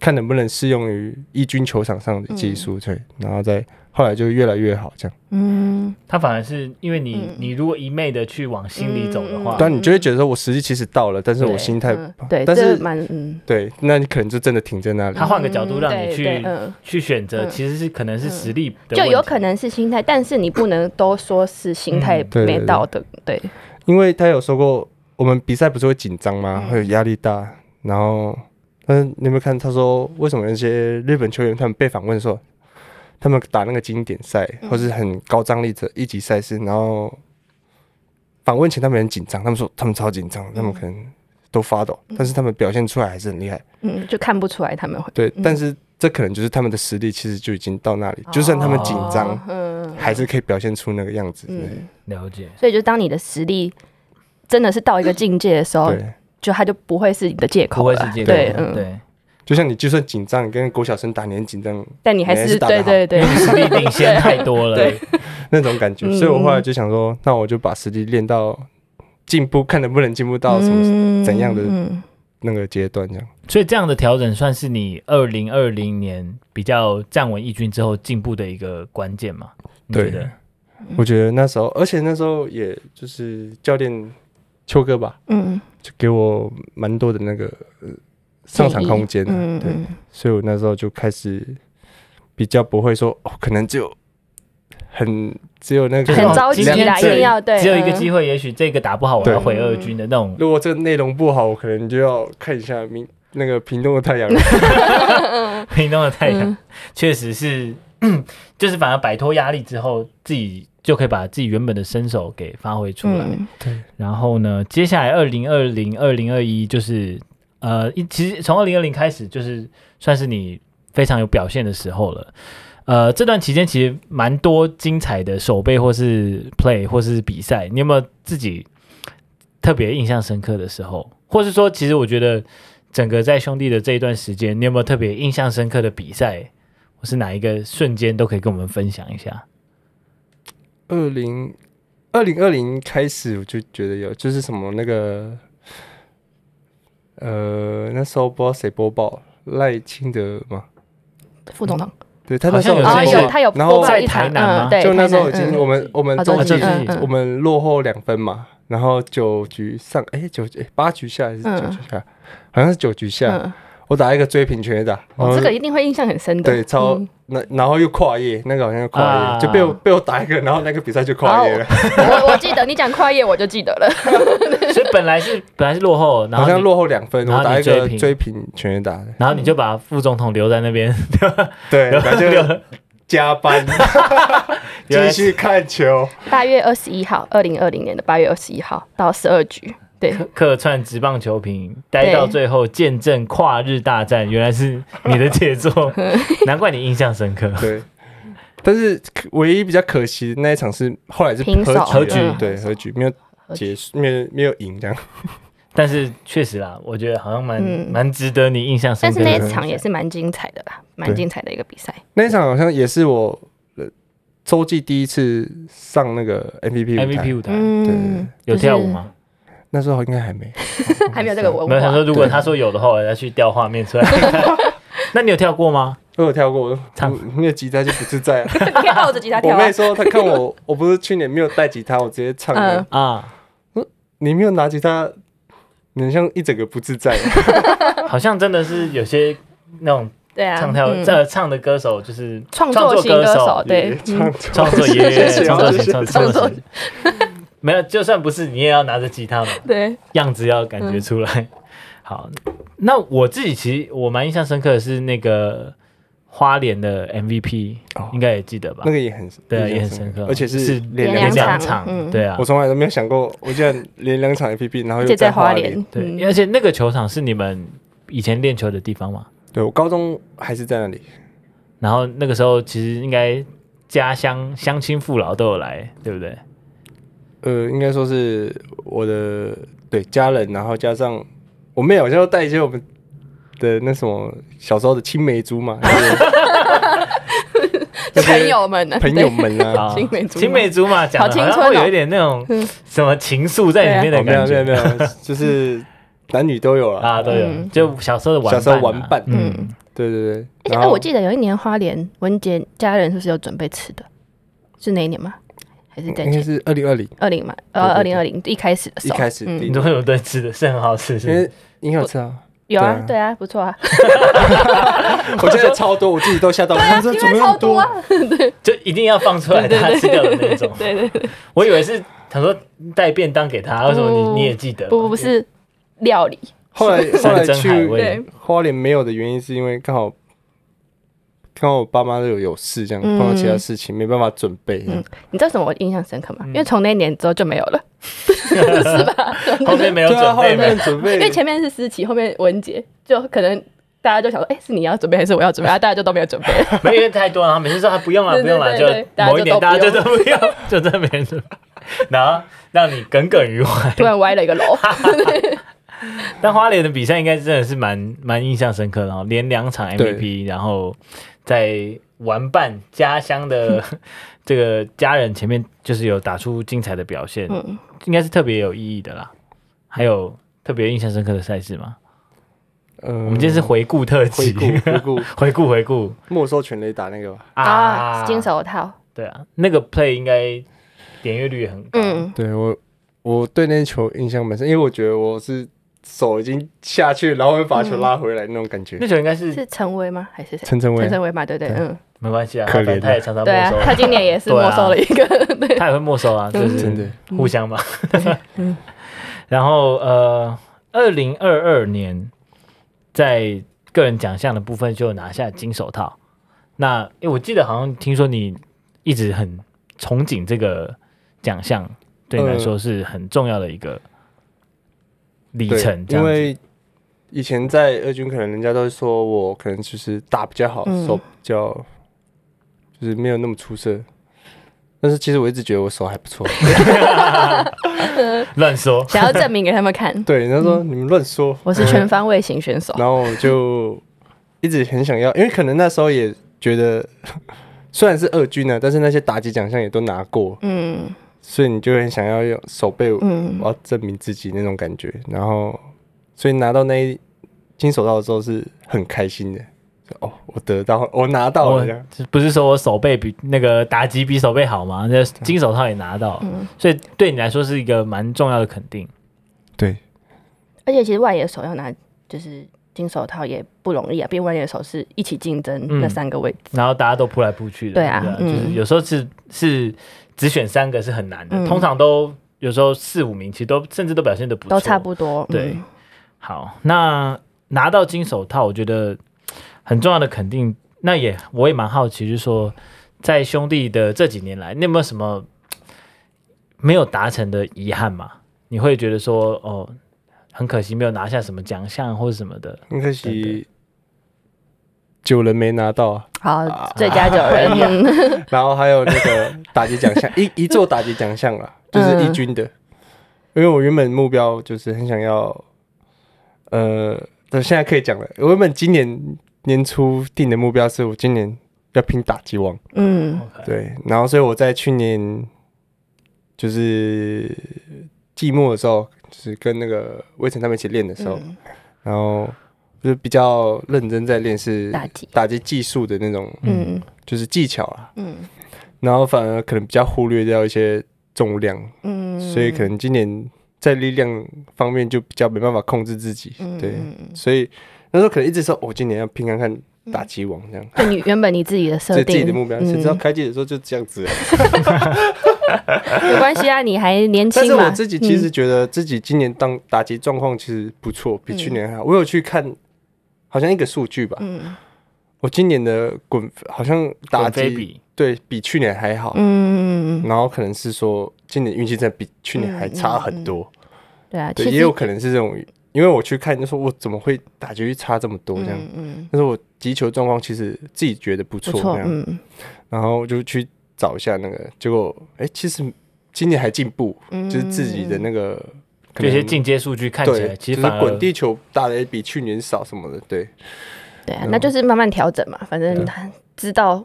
[SPEAKER 3] 看能不能适用于一军球场上的技术，对，然后再后来就越来越好这样。
[SPEAKER 2] 嗯，
[SPEAKER 4] 他反而是因为你
[SPEAKER 2] 嗯
[SPEAKER 4] 你如果一昧的去往心里走的话，
[SPEAKER 3] 嗯但你就会觉得说，我实际其实到了，但是
[SPEAKER 2] 对
[SPEAKER 3] 我心态
[SPEAKER 2] 嗯，对，
[SPEAKER 3] 但
[SPEAKER 2] 这
[SPEAKER 3] 是
[SPEAKER 2] 蛮嗯，
[SPEAKER 3] 对，那你可能就真的停在那里
[SPEAKER 4] 他。换个角度让
[SPEAKER 2] 嗯
[SPEAKER 4] 你去
[SPEAKER 2] 对对嗯
[SPEAKER 4] 去选择，
[SPEAKER 2] 嗯
[SPEAKER 4] 其实是可能是实力的问题，
[SPEAKER 2] 就有可能是心态，但是你不能都说是心态
[SPEAKER 4] 嗯
[SPEAKER 3] 对对
[SPEAKER 2] 没
[SPEAKER 3] 对
[SPEAKER 2] 到的，对，
[SPEAKER 3] 因为他有说过，我们比赛不是会紧张吗？
[SPEAKER 2] 嗯
[SPEAKER 3] 会有压力大，然后但是你有没有看？他说为什么有些日本球员他们被访问的时候，他们打那个经典赛
[SPEAKER 2] 嗯
[SPEAKER 3] 或是很高张力的一级赛事，然后访问前他们很紧张，他们说他们超紧
[SPEAKER 2] 嗯
[SPEAKER 3] 张，他们可能都发抖，但是他们表现出来还是很厉害。
[SPEAKER 2] 嗯，就看不出来他们会
[SPEAKER 3] 对，
[SPEAKER 2] 嗯
[SPEAKER 3] 但是这可能就是他们的实力其实就已经到那里，就算他们紧张
[SPEAKER 2] 哦，嗯，
[SPEAKER 3] 还是可以表现出那个样子。对
[SPEAKER 2] 嗯，
[SPEAKER 1] 了解，
[SPEAKER 2] 所以就当你的实力真的是到一个境界的时候，
[SPEAKER 3] 对，
[SPEAKER 2] 就它就不会是你的借
[SPEAKER 1] 不
[SPEAKER 2] 口
[SPEAKER 1] 会
[SPEAKER 2] 了
[SPEAKER 1] 是，借口，
[SPEAKER 2] 对，
[SPEAKER 1] 对
[SPEAKER 2] 嗯，
[SPEAKER 1] 对，
[SPEAKER 3] 就像你就算紧张，你跟郭晓生打，你很紧张
[SPEAKER 2] 但你还
[SPEAKER 3] 你还是
[SPEAKER 2] 是
[SPEAKER 3] 打
[SPEAKER 2] 对
[SPEAKER 3] 得好
[SPEAKER 2] 对对，
[SPEAKER 1] 实力领先太多了，
[SPEAKER 2] 对
[SPEAKER 3] 那种感觉，
[SPEAKER 2] 嗯
[SPEAKER 3] 所以我后来就想说，那我就把实力练到进步，看能不能进步到什么
[SPEAKER 2] 么
[SPEAKER 3] 怎样的
[SPEAKER 2] 嗯，
[SPEAKER 3] 那个阶段这样。
[SPEAKER 1] 所以这样的调整算是你二零二零年比较站稳一军之后进步的一个关键嘛？你觉
[SPEAKER 3] 对
[SPEAKER 1] 得？
[SPEAKER 2] 嗯
[SPEAKER 3] 我觉得那时候，而且那时候也就是教练秋哥吧，
[SPEAKER 2] 嗯，
[SPEAKER 3] 就给我蛮多的那个、呃上场空间、啊
[SPEAKER 2] 嗯
[SPEAKER 3] 对，
[SPEAKER 2] 嗯
[SPEAKER 3] 所以我那时候就开始比较不会说，哦，可能只有很只有那个
[SPEAKER 1] 就
[SPEAKER 2] 嗯，
[SPEAKER 1] 是哦
[SPEAKER 2] 很着急啦，一
[SPEAKER 1] 今天
[SPEAKER 2] 定要对，嗯
[SPEAKER 1] 只有一个
[SPEAKER 2] 会，
[SPEAKER 1] 机会，也许这个打不好，我要
[SPEAKER 3] 对
[SPEAKER 1] 回二军的那种。
[SPEAKER 3] 如果这个内容不好，我可能就要看一下明那个屏东的太阳。
[SPEAKER 1] 屏东的太阳
[SPEAKER 2] 嗯
[SPEAKER 1] 确实是， 就是反而摆脱压力之后，自己就可以把自己原本的身手给发挥出来。
[SPEAKER 2] 嗯
[SPEAKER 3] 对，
[SPEAKER 1] 然后呢，接下来二零二零、二零二一就是呃，一其实从二零二零开始，就是算是你非常有表现的时候了。呃，这段期间其实蛮多精彩的手背或是 play 或是比赛，你有没有自己特别印象深刻的时候？或是说，其实我觉得整个在兄弟的这一段时间，你有没有特别印象深刻的比赛，或是哪一个瞬间都可以跟我们分享一下？
[SPEAKER 3] 二零二零二零开始，我就觉得有，就是什么那个，呃，那时候不知道谁播报赖清德嘛，
[SPEAKER 2] 副总统
[SPEAKER 3] 对他那时候
[SPEAKER 1] 好
[SPEAKER 2] 啊，
[SPEAKER 1] 像有这个
[SPEAKER 2] 有
[SPEAKER 3] 播报
[SPEAKER 2] 他有
[SPEAKER 3] 然
[SPEAKER 2] 播
[SPEAKER 3] 后
[SPEAKER 2] 报一
[SPEAKER 1] 在台
[SPEAKER 2] 场，
[SPEAKER 1] 南吗
[SPEAKER 2] 嗯，对，
[SPEAKER 3] 就那
[SPEAKER 2] 台
[SPEAKER 3] 时候
[SPEAKER 2] 南
[SPEAKER 3] 已经
[SPEAKER 2] 嗯
[SPEAKER 3] 我们我们
[SPEAKER 2] 哦
[SPEAKER 3] 中
[SPEAKER 1] 中
[SPEAKER 3] 继
[SPEAKER 1] 继
[SPEAKER 2] 嗯嗯
[SPEAKER 3] 我们落后两分嘛，然后九局上哎九哎八局下还是
[SPEAKER 2] 嗯
[SPEAKER 3] 九局下，好像是九局下，
[SPEAKER 2] 嗯，
[SPEAKER 3] 我打一个追平全垒打，然后
[SPEAKER 2] 哦这个一定会印象很深的，
[SPEAKER 3] 对超
[SPEAKER 2] 嗯
[SPEAKER 3] 那然后又跨越那个好像又跨
[SPEAKER 1] 啊
[SPEAKER 3] 越，就被我被我打一个，然后那个比赛就跨越了，
[SPEAKER 2] 我我记得你讲跨页，我就记得了，
[SPEAKER 1] 所以本来是本来是落后，然
[SPEAKER 3] 好
[SPEAKER 1] 后
[SPEAKER 3] 像
[SPEAKER 1] 你
[SPEAKER 3] 落后两分，
[SPEAKER 1] 然后
[SPEAKER 3] 我
[SPEAKER 1] 你
[SPEAKER 3] 打一
[SPEAKER 1] 追
[SPEAKER 3] 个
[SPEAKER 1] 平
[SPEAKER 3] 追平全垒打的。
[SPEAKER 1] 然后你就把副总统留在那边，
[SPEAKER 3] 对，
[SPEAKER 1] 留
[SPEAKER 3] 反
[SPEAKER 1] 留
[SPEAKER 3] 正加班继续看球。
[SPEAKER 2] 八月二十一号，二零二零年的八月二十一号到十二局，对，
[SPEAKER 1] 客串职棒球评，待
[SPEAKER 2] 对
[SPEAKER 1] 到最后见证跨日大战，原来是你的杰 作，难怪你印象深刻。
[SPEAKER 3] 对，但是可唯一比较可惜的那一场是后来是
[SPEAKER 2] 平手
[SPEAKER 3] 和局啊
[SPEAKER 1] 嗯，
[SPEAKER 3] 对和局没有结束，没有没有赢这样。
[SPEAKER 1] 但是确实啦，我觉得好像蛮
[SPEAKER 2] 嗯
[SPEAKER 1] 蛮、值得你印象深
[SPEAKER 2] 但
[SPEAKER 1] 刻
[SPEAKER 2] 是
[SPEAKER 1] 的。
[SPEAKER 2] 那一场也是蛮精彩的啦，蛮精彩的一个比赛，
[SPEAKER 3] 那一场好像也是我呃洲际第一次上那个 MVP 舞台
[SPEAKER 1] MVP 舞台、
[SPEAKER 2] 嗯，，
[SPEAKER 1] 有跳舞？吗？
[SPEAKER 3] 那时候应该还没
[SPEAKER 2] 还没有这个文
[SPEAKER 1] 没有，想
[SPEAKER 2] 化
[SPEAKER 1] 说，如果他说有的话，我要去调画面出来 看。那你有跳过吗？
[SPEAKER 3] 我有跳过，我
[SPEAKER 1] 唱
[SPEAKER 3] 没有吉他就不自在了。
[SPEAKER 2] 你可以抱着 吉他
[SPEAKER 3] 我
[SPEAKER 2] 跳啊
[SPEAKER 3] 妹，说她看我，我不是去年没有带吉他，我直接唱的
[SPEAKER 2] 嗯。
[SPEAKER 1] 啊，
[SPEAKER 3] 你没有拿吉他，你很像一整个不自在。
[SPEAKER 1] 好像真的是有些那种
[SPEAKER 2] 对啊，
[SPEAKER 1] 唱跳、
[SPEAKER 2] 嗯
[SPEAKER 1] 这唱的歌手，就是
[SPEAKER 2] 创作型歌手，对嗯
[SPEAKER 3] 也，唱
[SPEAKER 1] 创作
[SPEAKER 3] 也
[SPEAKER 1] 爷 爷，
[SPEAKER 3] 谢谢
[SPEAKER 1] 创作
[SPEAKER 3] 谢
[SPEAKER 1] 型，
[SPEAKER 3] 谢
[SPEAKER 1] 创作
[SPEAKER 2] 创作
[SPEAKER 1] 型。没有，就算不是，你也要拿着吉他嘛，
[SPEAKER 2] 对，
[SPEAKER 1] 样子要感觉出来。
[SPEAKER 2] 嗯
[SPEAKER 1] 好，那我自己其实我蛮印象深刻的是那个花莲的 MVP，、
[SPEAKER 3] 哦
[SPEAKER 1] 应该也记得吧？
[SPEAKER 3] 那个也很
[SPEAKER 1] 对啊，
[SPEAKER 3] 印象
[SPEAKER 1] 也很深刻，
[SPEAKER 3] 而且
[SPEAKER 1] 是
[SPEAKER 3] 是连
[SPEAKER 1] 连
[SPEAKER 2] 两
[SPEAKER 3] 场。
[SPEAKER 1] 两
[SPEAKER 2] 场嗯
[SPEAKER 1] 对啊
[SPEAKER 3] 我。从来都没有想过，我竟然连两场 A P P，然后
[SPEAKER 2] 而
[SPEAKER 3] 又
[SPEAKER 2] 且在花
[SPEAKER 3] 莲
[SPEAKER 2] 莲。，
[SPEAKER 1] 对，
[SPEAKER 2] 嗯
[SPEAKER 1] 而且那个球场是你们以前练球的地方嘛？
[SPEAKER 3] 对我高中还是在那里，
[SPEAKER 1] 然后那个时候其实应该家乡乡亲父老都有来，对不对？
[SPEAKER 3] 呃，应该说是我的对家人，然后加上我妹好像都带一些我们的那什么小时候的青梅竹马，那些
[SPEAKER 2] 朋友们呢，
[SPEAKER 3] 朋友们啊。
[SPEAKER 1] 啊
[SPEAKER 2] 青梅竹马
[SPEAKER 1] 青梅竹马讲
[SPEAKER 2] 好
[SPEAKER 1] 的
[SPEAKER 2] 青
[SPEAKER 1] 好像
[SPEAKER 2] 春
[SPEAKER 1] 会
[SPEAKER 2] 哦
[SPEAKER 1] 有一点那种
[SPEAKER 2] 嗯
[SPEAKER 1] 什么情愫在里面
[SPEAKER 3] 哦
[SPEAKER 1] 的
[SPEAKER 3] 没有
[SPEAKER 1] 感
[SPEAKER 3] 没
[SPEAKER 1] 觉
[SPEAKER 3] 有没有，就是男女都有了。
[SPEAKER 1] 啊，都有，
[SPEAKER 2] 嗯
[SPEAKER 1] 就小时候的玩伴啊
[SPEAKER 3] 小时候玩伴
[SPEAKER 1] 嗯，
[SPEAKER 3] 对对
[SPEAKER 2] 对。
[SPEAKER 3] 对，
[SPEAKER 2] 而且
[SPEAKER 3] 然
[SPEAKER 2] 哎，
[SPEAKER 3] 后
[SPEAKER 2] 我记得有一年花莲文杰家人是不是有准备吃的？是哪一年吗？还是在
[SPEAKER 3] 应该
[SPEAKER 2] 前
[SPEAKER 3] 是二零二零
[SPEAKER 2] 二零嘛？呃，二
[SPEAKER 3] 对对
[SPEAKER 2] 零二零一开始的
[SPEAKER 3] 一
[SPEAKER 2] 时候，
[SPEAKER 3] 开始
[SPEAKER 2] 嗯
[SPEAKER 3] 第一
[SPEAKER 1] 你都有对吃的，是很好吃，是不
[SPEAKER 3] 因
[SPEAKER 1] 是
[SPEAKER 3] 为应该有吃啊，
[SPEAKER 2] 有
[SPEAKER 3] 对
[SPEAKER 2] 啊
[SPEAKER 3] 啊，
[SPEAKER 2] 对啊，不错啊，
[SPEAKER 3] 我现在超多，我自己都吓到，
[SPEAKER 2] 啊
[SPEAKER 3] 我说怎么那么多？
[SPEAKER 1] 就一定要放出来大家吃掉的那种。
[SPEAKER 2] 对对对，
[SPEAKER 1] 哦我以为是他说带便当给他，为什么你你也记得？
[SPEAKER 2] 不不不是料理，
[SPEAKER 3] 后来后
[SPEAKER 1] 山
[SPEAKER 3] 来
[SPEAKER 1] 珍海
[SPEAKER 3] 去
[SPEAKER 1] 味
[SPEAKER 2] 对，
[SPEAKER 3] 花莲没有的原因是因为刚好刚好我爸妈都有有事，这样
[SPEAKER 2] 嗯
[SPEAKER 3] 碰到其他事情、没办法准备。这样
[SPEAKER 2] 嗯你知道什么我印象深刻吗？
[SPEAKER 1] 嗯
[SPEAKER 2] 因为从那一年之后就没有了，
[SPEAKER 1] 后面没有
[SPEAKER 3] 对啊，
[SPEAKER 1] 准
[SPEAKER 3] 后来
[SPEAKER 1] 备
[SPEAKER 3] 没有
[SPEAKER 1] 没？
[SPEAKER 3] 准
[SPEAKER 2] 因为
[SPEAKER 3] 备，
[SPEAKER 2] 前面是思琪，后面文杰，就可能大家就想说，哎、是你要准备还是我要 准备？啊，大家就都没有准备。
[SPEAKER 1] 没有因为太多啊了，他每次说他不用了，
[SPEAKER 2] 对
[SPEAKER 1] 不用了，
[SPEAKER 2] 对
[SPEAKER 1] 就
[SPEAKER 2] 对对
[SPEAKER 1] 某一年大家
[SPEAKER 2] 大家
[SPEAKER 1] 就
[SPEAKER 2] 就
[SPEAKER 1] 都
[SPEAKER 2] 都
[SPEAKER 1] 不用， 就真的没人准备，然后让你耿耿于怀。
[SPEAKER 2] 突然歪了一个 楼，
[SPEAKER 1] 但花莲的比赛应该真的是蛮蛮印象深刻的哦，连两场
[SPEAKER 3] 对
[SPEAKER 1] MVP，然后在玩伴家乡的 这个家人前面，就是有打出精彩的表现，
[SPEAKER 2] 嗯，
[SPEAKER 1] 应该是特别有意义的啦。还有特别印象深刻的赛事吗？
[SPEAKER 3] 呃，
[SPEAKER 1] 我
[SPEAKER 3] 我
[SPEAKER 1] 们今天是回顾特
[SPEAKER 3] 回
[SPEAKER 1] 辑，
[SPEAKER 3] 顾回顾
[SPEAKER 1] 回顾回顾
[SPEAKER 3] 没收全垒打那个吧。
[SPEAKER 2] 啊，金手套，
[SPEAKER 1] 对啊，那个 play 应该点阅率也很高，
[SPEAKER 2] 嗯，
[SPEAKER 3] 对我，我对那球印象蛮深，因为我觉得我是手已经下去，然后会把球拉回来那种感觉。
[SPEAKER 1] 那球应该是
[SPEAKER 2] 是陈威吗？还是谁？
[SPEAKER 3] 陈晨伟
[SPEAKER 2] 陈，晨威嘛，对对，
[SPEAKER 3] 对
[SPEAKER 2] 嗯，
[SPEAKER 1] 没关系啊，
[SPEAKER 3] 可怜啊
[SPEAKER 1] 反正他也常常没
[SPEAKER 2] 对啊嗯
[SPEAKER 1] 收，，
[SPEAKER 2] 他今年也是
[SPEAKER 1] 对啊
[SPEAKER 2] 没收了一个，对，
[SPEAKER 1] 他也会没收啊，就是
[SPEAKER 3] 真的
[SPEAKER 1] 互相嘛。 然后呃，二零二二年在个人奖项的部分就拿下金手套。那诶我记得好像听说你一直很憧憬这个奖项，对你来说是很重要的一个里
[SPEAKER 3] 对
[SPEAKER 1] 程，这样
[SPEAKER 3] 因
[SPEAKER 1] 子
[SPEAKER 3] 为以前在二军，可能人家都会说我可能就是打比较好，
[SPEAKER 2] 嗯
[SPEAKER 3] 手比较就是没有那么出色。但是其实我一直觉得我手还不错。
[SPEAKER 1] 乱说，
[SPEAKER 2] 想要证明给他们看，
[SPEAKER 3] 对，人家说你们乱说，
[SPEAKER 2] 我是全方位型选 手，
[SPEAKER 3] 然后我就一直很想要，因为可能那时候也觉得 虽然是二军啊呢，但是那些打击奖项也都拿过，
[SPEAKER 2] 嗯
[SPEAKER 3] 所以你就很想要用手背，我
[SPEAKER 2] 嗯，
[SPEAKER 3] 要证明自己那种感觉。然后，所以拿到那一金手套的时候是很开心的。就哦，我得到，我拿到
[SPEAKER 1] 我
[SPEAKER 3] 了这样。
[SPEAKER 1] 不是说我手背比那个打击比手背好吗？那金手套也拿
[SPEAKER 3] 哦
[SPEAKER 1] 到，
[SPEAKER 2] 嗯
[SPEAKER 1] 所以对你来说是一个蛮重要的肯定。
[SPEAKER 3] 对，
[SPEAKER 2] 而且其实外野手要拿就是金手套也不容易啊，毕竟外野手是一起竞争
[SPEAKER 1] 嗯
[SPEAKER 2] 那三个位置，
[SPEAKER 1] 然后大家都扑来扑去的，
[SPEAKER 2] 对啊
[SPEAKER 1] 不就是
[SPEAKER 2] 嗯
[SPEAKER 1] 有时候是是只选三个是很难的，
[SPEAKER 2] 嗯
[SPEAKER 1] 通常都有时候四五名其实都甚至都表现的不错，
[SPEAKER 2] 都差不多，
[SPEAKER 1] 对。
[SPEAKER 2] 嗯
[SPEAKER 1] 好，那拿到金手套，我觉得很重要的肯定，那也我也蛮好奇，就是说在兄弟的这几年来，你有没有什么没有达成的遗憾嘛？你会觉得说哦，很可惜没有拿下什么奖项或者什么的，
[SPEAKER 3] 很可
[SPEAKER 1] 对对
[SPEAKER 3] 惜，九人没拿到啊。哎
[SPEAKER 2] 好，最佳九人， 嗯
[SPEAKER 3] 然后还有那个打击奖项，一一座打击奖项啦，就是一军的。因为我原本目标就是很想要，呃，但现在可以讲了。我原本今年年初定的目标是我今年要拼打击王，
[SPEAKER 2] 嗯，
[SPEAKER 3] 对。然后所以我在去年就是季末的时候，就是跟那个魏晨他们一起练的时候，
[SPEAKER 2] 嗯
[SPEAKER 3] 然后就是比较认真在练是
[SPEAKER 2] 打击
[SPEAKER 3] 打击技术的那种，
[SPEAKER 2] 嗯
[SPEAKER 3] 就是技巧啦。
[SPEAKER 2] 嗯
[SPEAKER 3] 然后反而可能比较忽略掉一些重量，
[SPEAKER 2] 嗯，
[SPEAKER 3] 所以可能今年在力量方面就比较没办法控制自己，
[SPEAKER 2] 嗯
[SPEAKER 3] 对，
[SPEAKER 2] 嗯嗯
[SPEAKER 3] 所以那时候可能一直说，我、今年要拼看看打击王这样，
[SPEAKER 2] 就你原本你自己的设
[SPEAKER 3] 这、
[SPEAKER 2] 嗯定，
[SPEAKER 3] 自己的目标，谁、知道
[SPEAKER 2] 嗯，
[SPEAKER 3] 开季的时候就这样子、
[SPEAKER 2] 没关系啊，你还年
[SPEAKER 3] 但是
[SPEAKER 2] 轻嘛。嗯
[SPEAKER 3] 我自己其实觉得自己今年当打击状况其实不错，比去年还好，我有去看。好像一个数据吧，
[SPEAKER 2] 嗯，
[SPEAKER 3] 我今年的滚好像打
[SPEAKER 1] 打飞
[SPEAKER 3] 击
[SPEAKER 1] 比
[SPEAKER 3] 对比去年还好，
[SPEAKER 2] 嗯嗯嗯，嗯
[SPEAKER 3] 然后可能是说今年运气真的比去年
[SPEAKER 2] 嗯
[SPEAKER 3] 还差很多，
[SPEAKER 2] 对啊，
[SPEAKER 3] 对，
[SPEAKER 2] 其
[SPEAKER 3] 也
[SPEAKER 2] 实
[SPEAKER 3] 有可能是这种，因为我去看就说我怎么会打击率差这么多这样，
[SPEAKER 2] 嗯嗯，
[SPEAKER 3] 但是我击球状况其实自己觉得不
[SPEAKER 2] 不
[SPEAKER 3] 错
[SPEAKER 2] 错
[SPEAKER 3] 这，样，
[SPEAKER 2] 嗯
[SPEAKER 3] 然后我就去找一下那个，结果哎、其实今年还进步，
[SPEAKER 2] 嗯，
[SPEAKER 3] 就是自己的那个可
[SPEAKER 1] 这
[SPEAKER 3] 能
[SPEAKER 1] 些进阶数据看起来
[SPEAKER 3] 对，
[SPEAKER 1] 其实
[SPEAKER 3] 就是
[SPEAKER 1] 反而
[SPEAKER 3] 滚地球打的也比去年少什么的，对，
[SPEAKER 2] 对啊，那就是慢慢调整嘛，反正他知道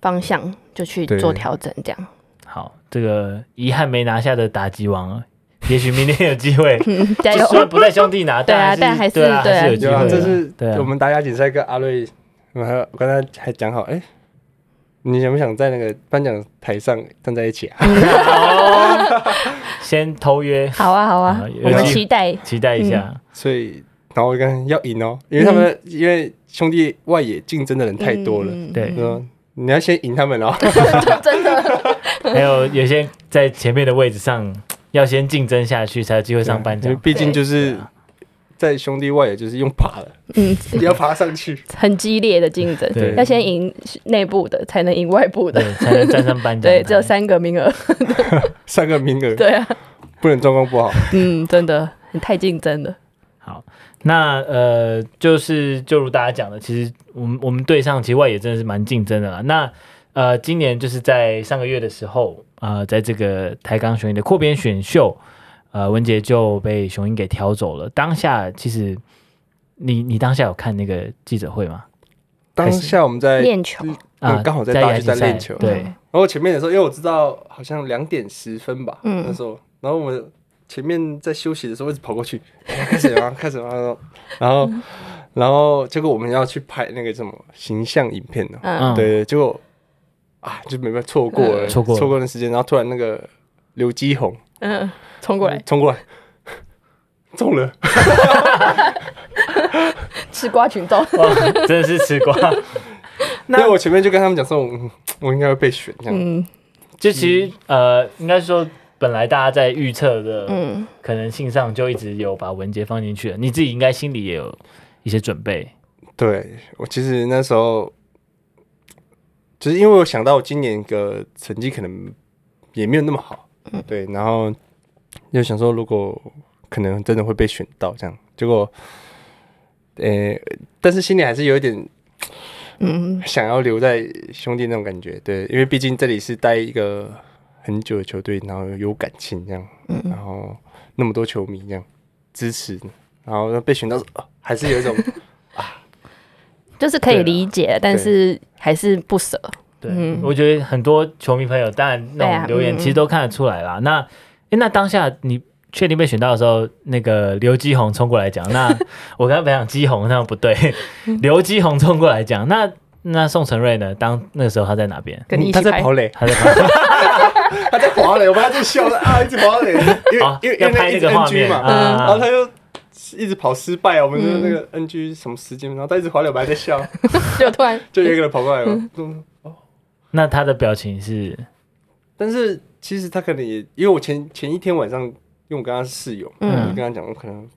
[SPEAKER 2] 方向就去
[SPEAKER 3] 对
[SPEAKER 2] 做调整，这样。
[SPEAKER 1] 好，这个遗憾没拿下的打击王， 也许明年有机 会。
[SPEAKER 2] 嗯，加
[SPEAKER 1] 就
[SPEAKER 2] 油
[SPEAKER 1] 虽！然不在兄弟拿，
[SPEAKER 2] 对啊
[SPEAKER 1] 但还是
[SPEAKER 2] 但还是
[SPEAKER 1] 对啊，还是有机
[SPEAKER 3] 对
[SPEAKER 1] 会
[SPEAKER 3] 啊，
[SPEAKER 1] 的。
[SPEAKER 3] 这是
[SPEAKER 1] 对啊
[SPEAKER 3] 我们打亚锦赛跟阿瑞，我还有我刚才还讲好，哎、你想不想在那个颁奖台上站在一起 啊？
[SPEAKER 1] 先偷约，
[SPEAKER 2] 好啊，好啊
[SPEAKER 1] 啊，有
[SPEAKER 2] 我们
[SPEAKER 1] 机
[SPEAKER 2] 期待。
[SPEAKER 1] 期待一下。
[SPEAKER 3] 所以，然后我跟要赢哦，因为他们、
[SPEAKER 1] 嗯
[SPEAKER 3] 因为兄弟外野竞争的人太多了，
[SPEAKER 2] 嗯
[SPEAKER 1] 对，
[SPEAKER 3] 嗯，你要先赢他们哦。
[SPEAKER 2] 真的，
[SPEAKER 1] 还有有些在 前面的位置上，要先竞争下去才有机会上颁
[SPEAKER 3] 因为
[SPEAKER 1] 奖。
[SPEAKER 2] 啊
[SPEAKER 3] 毕竟就是在兄弟外，也就是用爬的，
[SPEAKER 2] 嗯，
[SPEAKER 3] 你要爬上去。
[SPEAKER 2] 很激烈的竞争
[SPEAKER 1] 对，
[SPEAKER 2] 要先赢内部的，才能赢外部的。
[SPEAKER 1] 对，才能站上颁奖
[SPEAKER 2] 对，
[SPEAKER 1] 台。
[SPEAKER 2] 只有三个名额。
[SPEAKER 3] 三个名额，
[SPEAKER 2] 对啊，
[SPEAKER 3] 不能状况不好。
[SPEAKER 2] 嗯，真的，你太竞争了。
[SPEAKER 1] 好，那呃，就是就如大家讲的，其实我们我们队上其实外野真的是蛮竞争的啦。那呃，今年就是在上个月的时候，呃，在这个台钢雄鹰的扩编选秀，呃，文杰就被雄鹰给挑走了。当下其实你你当下有看那个记者会吗？
[SPEAKER 3] 当下我们在，然
[SPEAKER 2] 练球，
[SPEAKER 1] 啊，
[SPEAKER 3] 嗯刚好在
[SPEAKER 1] 在
[SPEAKER 3] 大
[SPEAKER 1] 亚
[SPEAKER 3] 学
[SPEAKER 1] 锦
[SPEAKER 3] 在
[SPEAKER 1] 赛
[SPEAKER 3] 练球
[SPEAKER 1] 对，
[SPEAKER 3] 后前面的时候，因为我知道好像两点十分吧，
[SPEAKER 2] 嗯
[SPEAKER 3] 那时候，然后我们前面在休息的时候一直跑 过去，开始啊，开始啊，然后，然后结果我们要去拍那个什么形象影片呢、哦
[SPEAKER 2] 嗯，
[SPEAKER 3] 对对，结果啊，就没办法错过了，
[SPEAKER 2] 嗯
[SPEAKER 1] 错过了
[SPEAKER 3] 错过那时间，然后突然那个刘基宏
[SPEAKER 2] 嗯，冲过来
[SPEAKER 3] 冲过来， 中了，
[SPEAKER 2] 吃瓜群众。
[SPEAKER 1] 哇，真的是吃 瓜。
[SPEAKER 3] 那我前面就跟他们讲说，嗯我应该会被选这样，
[SPEAKER 2] 嗯
[SPEAKER 1] 就其实、呃，应该说本来大家在预测的
[SPEAKER 2] 嗯，
[SPEAKER 1] 可能性上就一直有把文杰放进去了，你自己应该心里也有一些准备。
[SPEAKER 3] 对我其实那时候，就是因为我想到我今年个成绩可能也没有那么好，
[SPEAKER 2] 嗯
[SPEAKER 3] 对，然后又想说如果可能真的会被选到这样，结果，呃，但是心里还是有一点
[SPEAKER 2] 嗯，
[SPEAKER 3] 想要留在兄弟那种感觉，对，因为毕竟这里是待一个很久的球队，然后有感情这样，
[SPEAKER 2] 嗯
[SPEAKER 3] 然后那么多球迷这样支持，然后被选到、啊还是有一种
[SPEAKER 2] 就是可以理解，但是还是不舍。
[SPEAKER 1] 对，
[SPEAKER 2] 嗯
[SPEAKER 1] 我觉得很多球迷朋友，当然那
[SPEAKER 2] 对
[SPEAKER 1] 种
[SPEAKER 2] 啊
[SPEAKER 1] 留言
[SPEAKER 2] 嗯
[SPEAKER 1] 其实都看得出来啦。那诶那当下你确定被选到的时候，那个刘基宏冲过来讲， 那我刚刚本来讲基宏，那不对，刘基宏冲过来讲，那那宋承瑞呢？当那个时候他在哪边？
[SPEAKER 2] 跟你一
[SPEAKER 3] 嗯他
[SPEAKER 2] 起
[SPEAKER 3] 在
[SPEAKER 2] 拍
[SPEAKER 3] 跑，垒，
[SPEAKER 1] 他在旁边
[SPEAKER 3] 他在跑垒，我们还在笑 啊，一直跑垒，因为、
[SPEAKER 1] 哦
[SPEAKER 3] 因为
[SPEAKER 1] 要拍
[SPEAKER 3] 一
[SPEAKER 1] 那
[SPEAKER 3] 直
[SPEAKER 1] 个画
[SPEAKER 3] NG
[SPEAKER 1] 面
[SPEAKER 3] 嘛，
[SPEAKER 1] 啊
[SPEAKER 3] 然后他又一直跑失败啊，我们
[SPEAKER 2] 嗯
[SPEAKER 3] 就是那个 NG 什么时间，然后他一直跑垒，我们还在笑，
[SPEAKER 2] 就突然
[SPEAKER 3] 就有一个人跑过 来了，嗯
[SPEAKER 1] 那他的表情是
[SPEAKER 3] 但是其实他可能也，因为我前前一天晚上，因为我跟他是室友，
[SPEAKER 2] 嗯
[SPEAKER 3] 我就跟他讲，我可能，因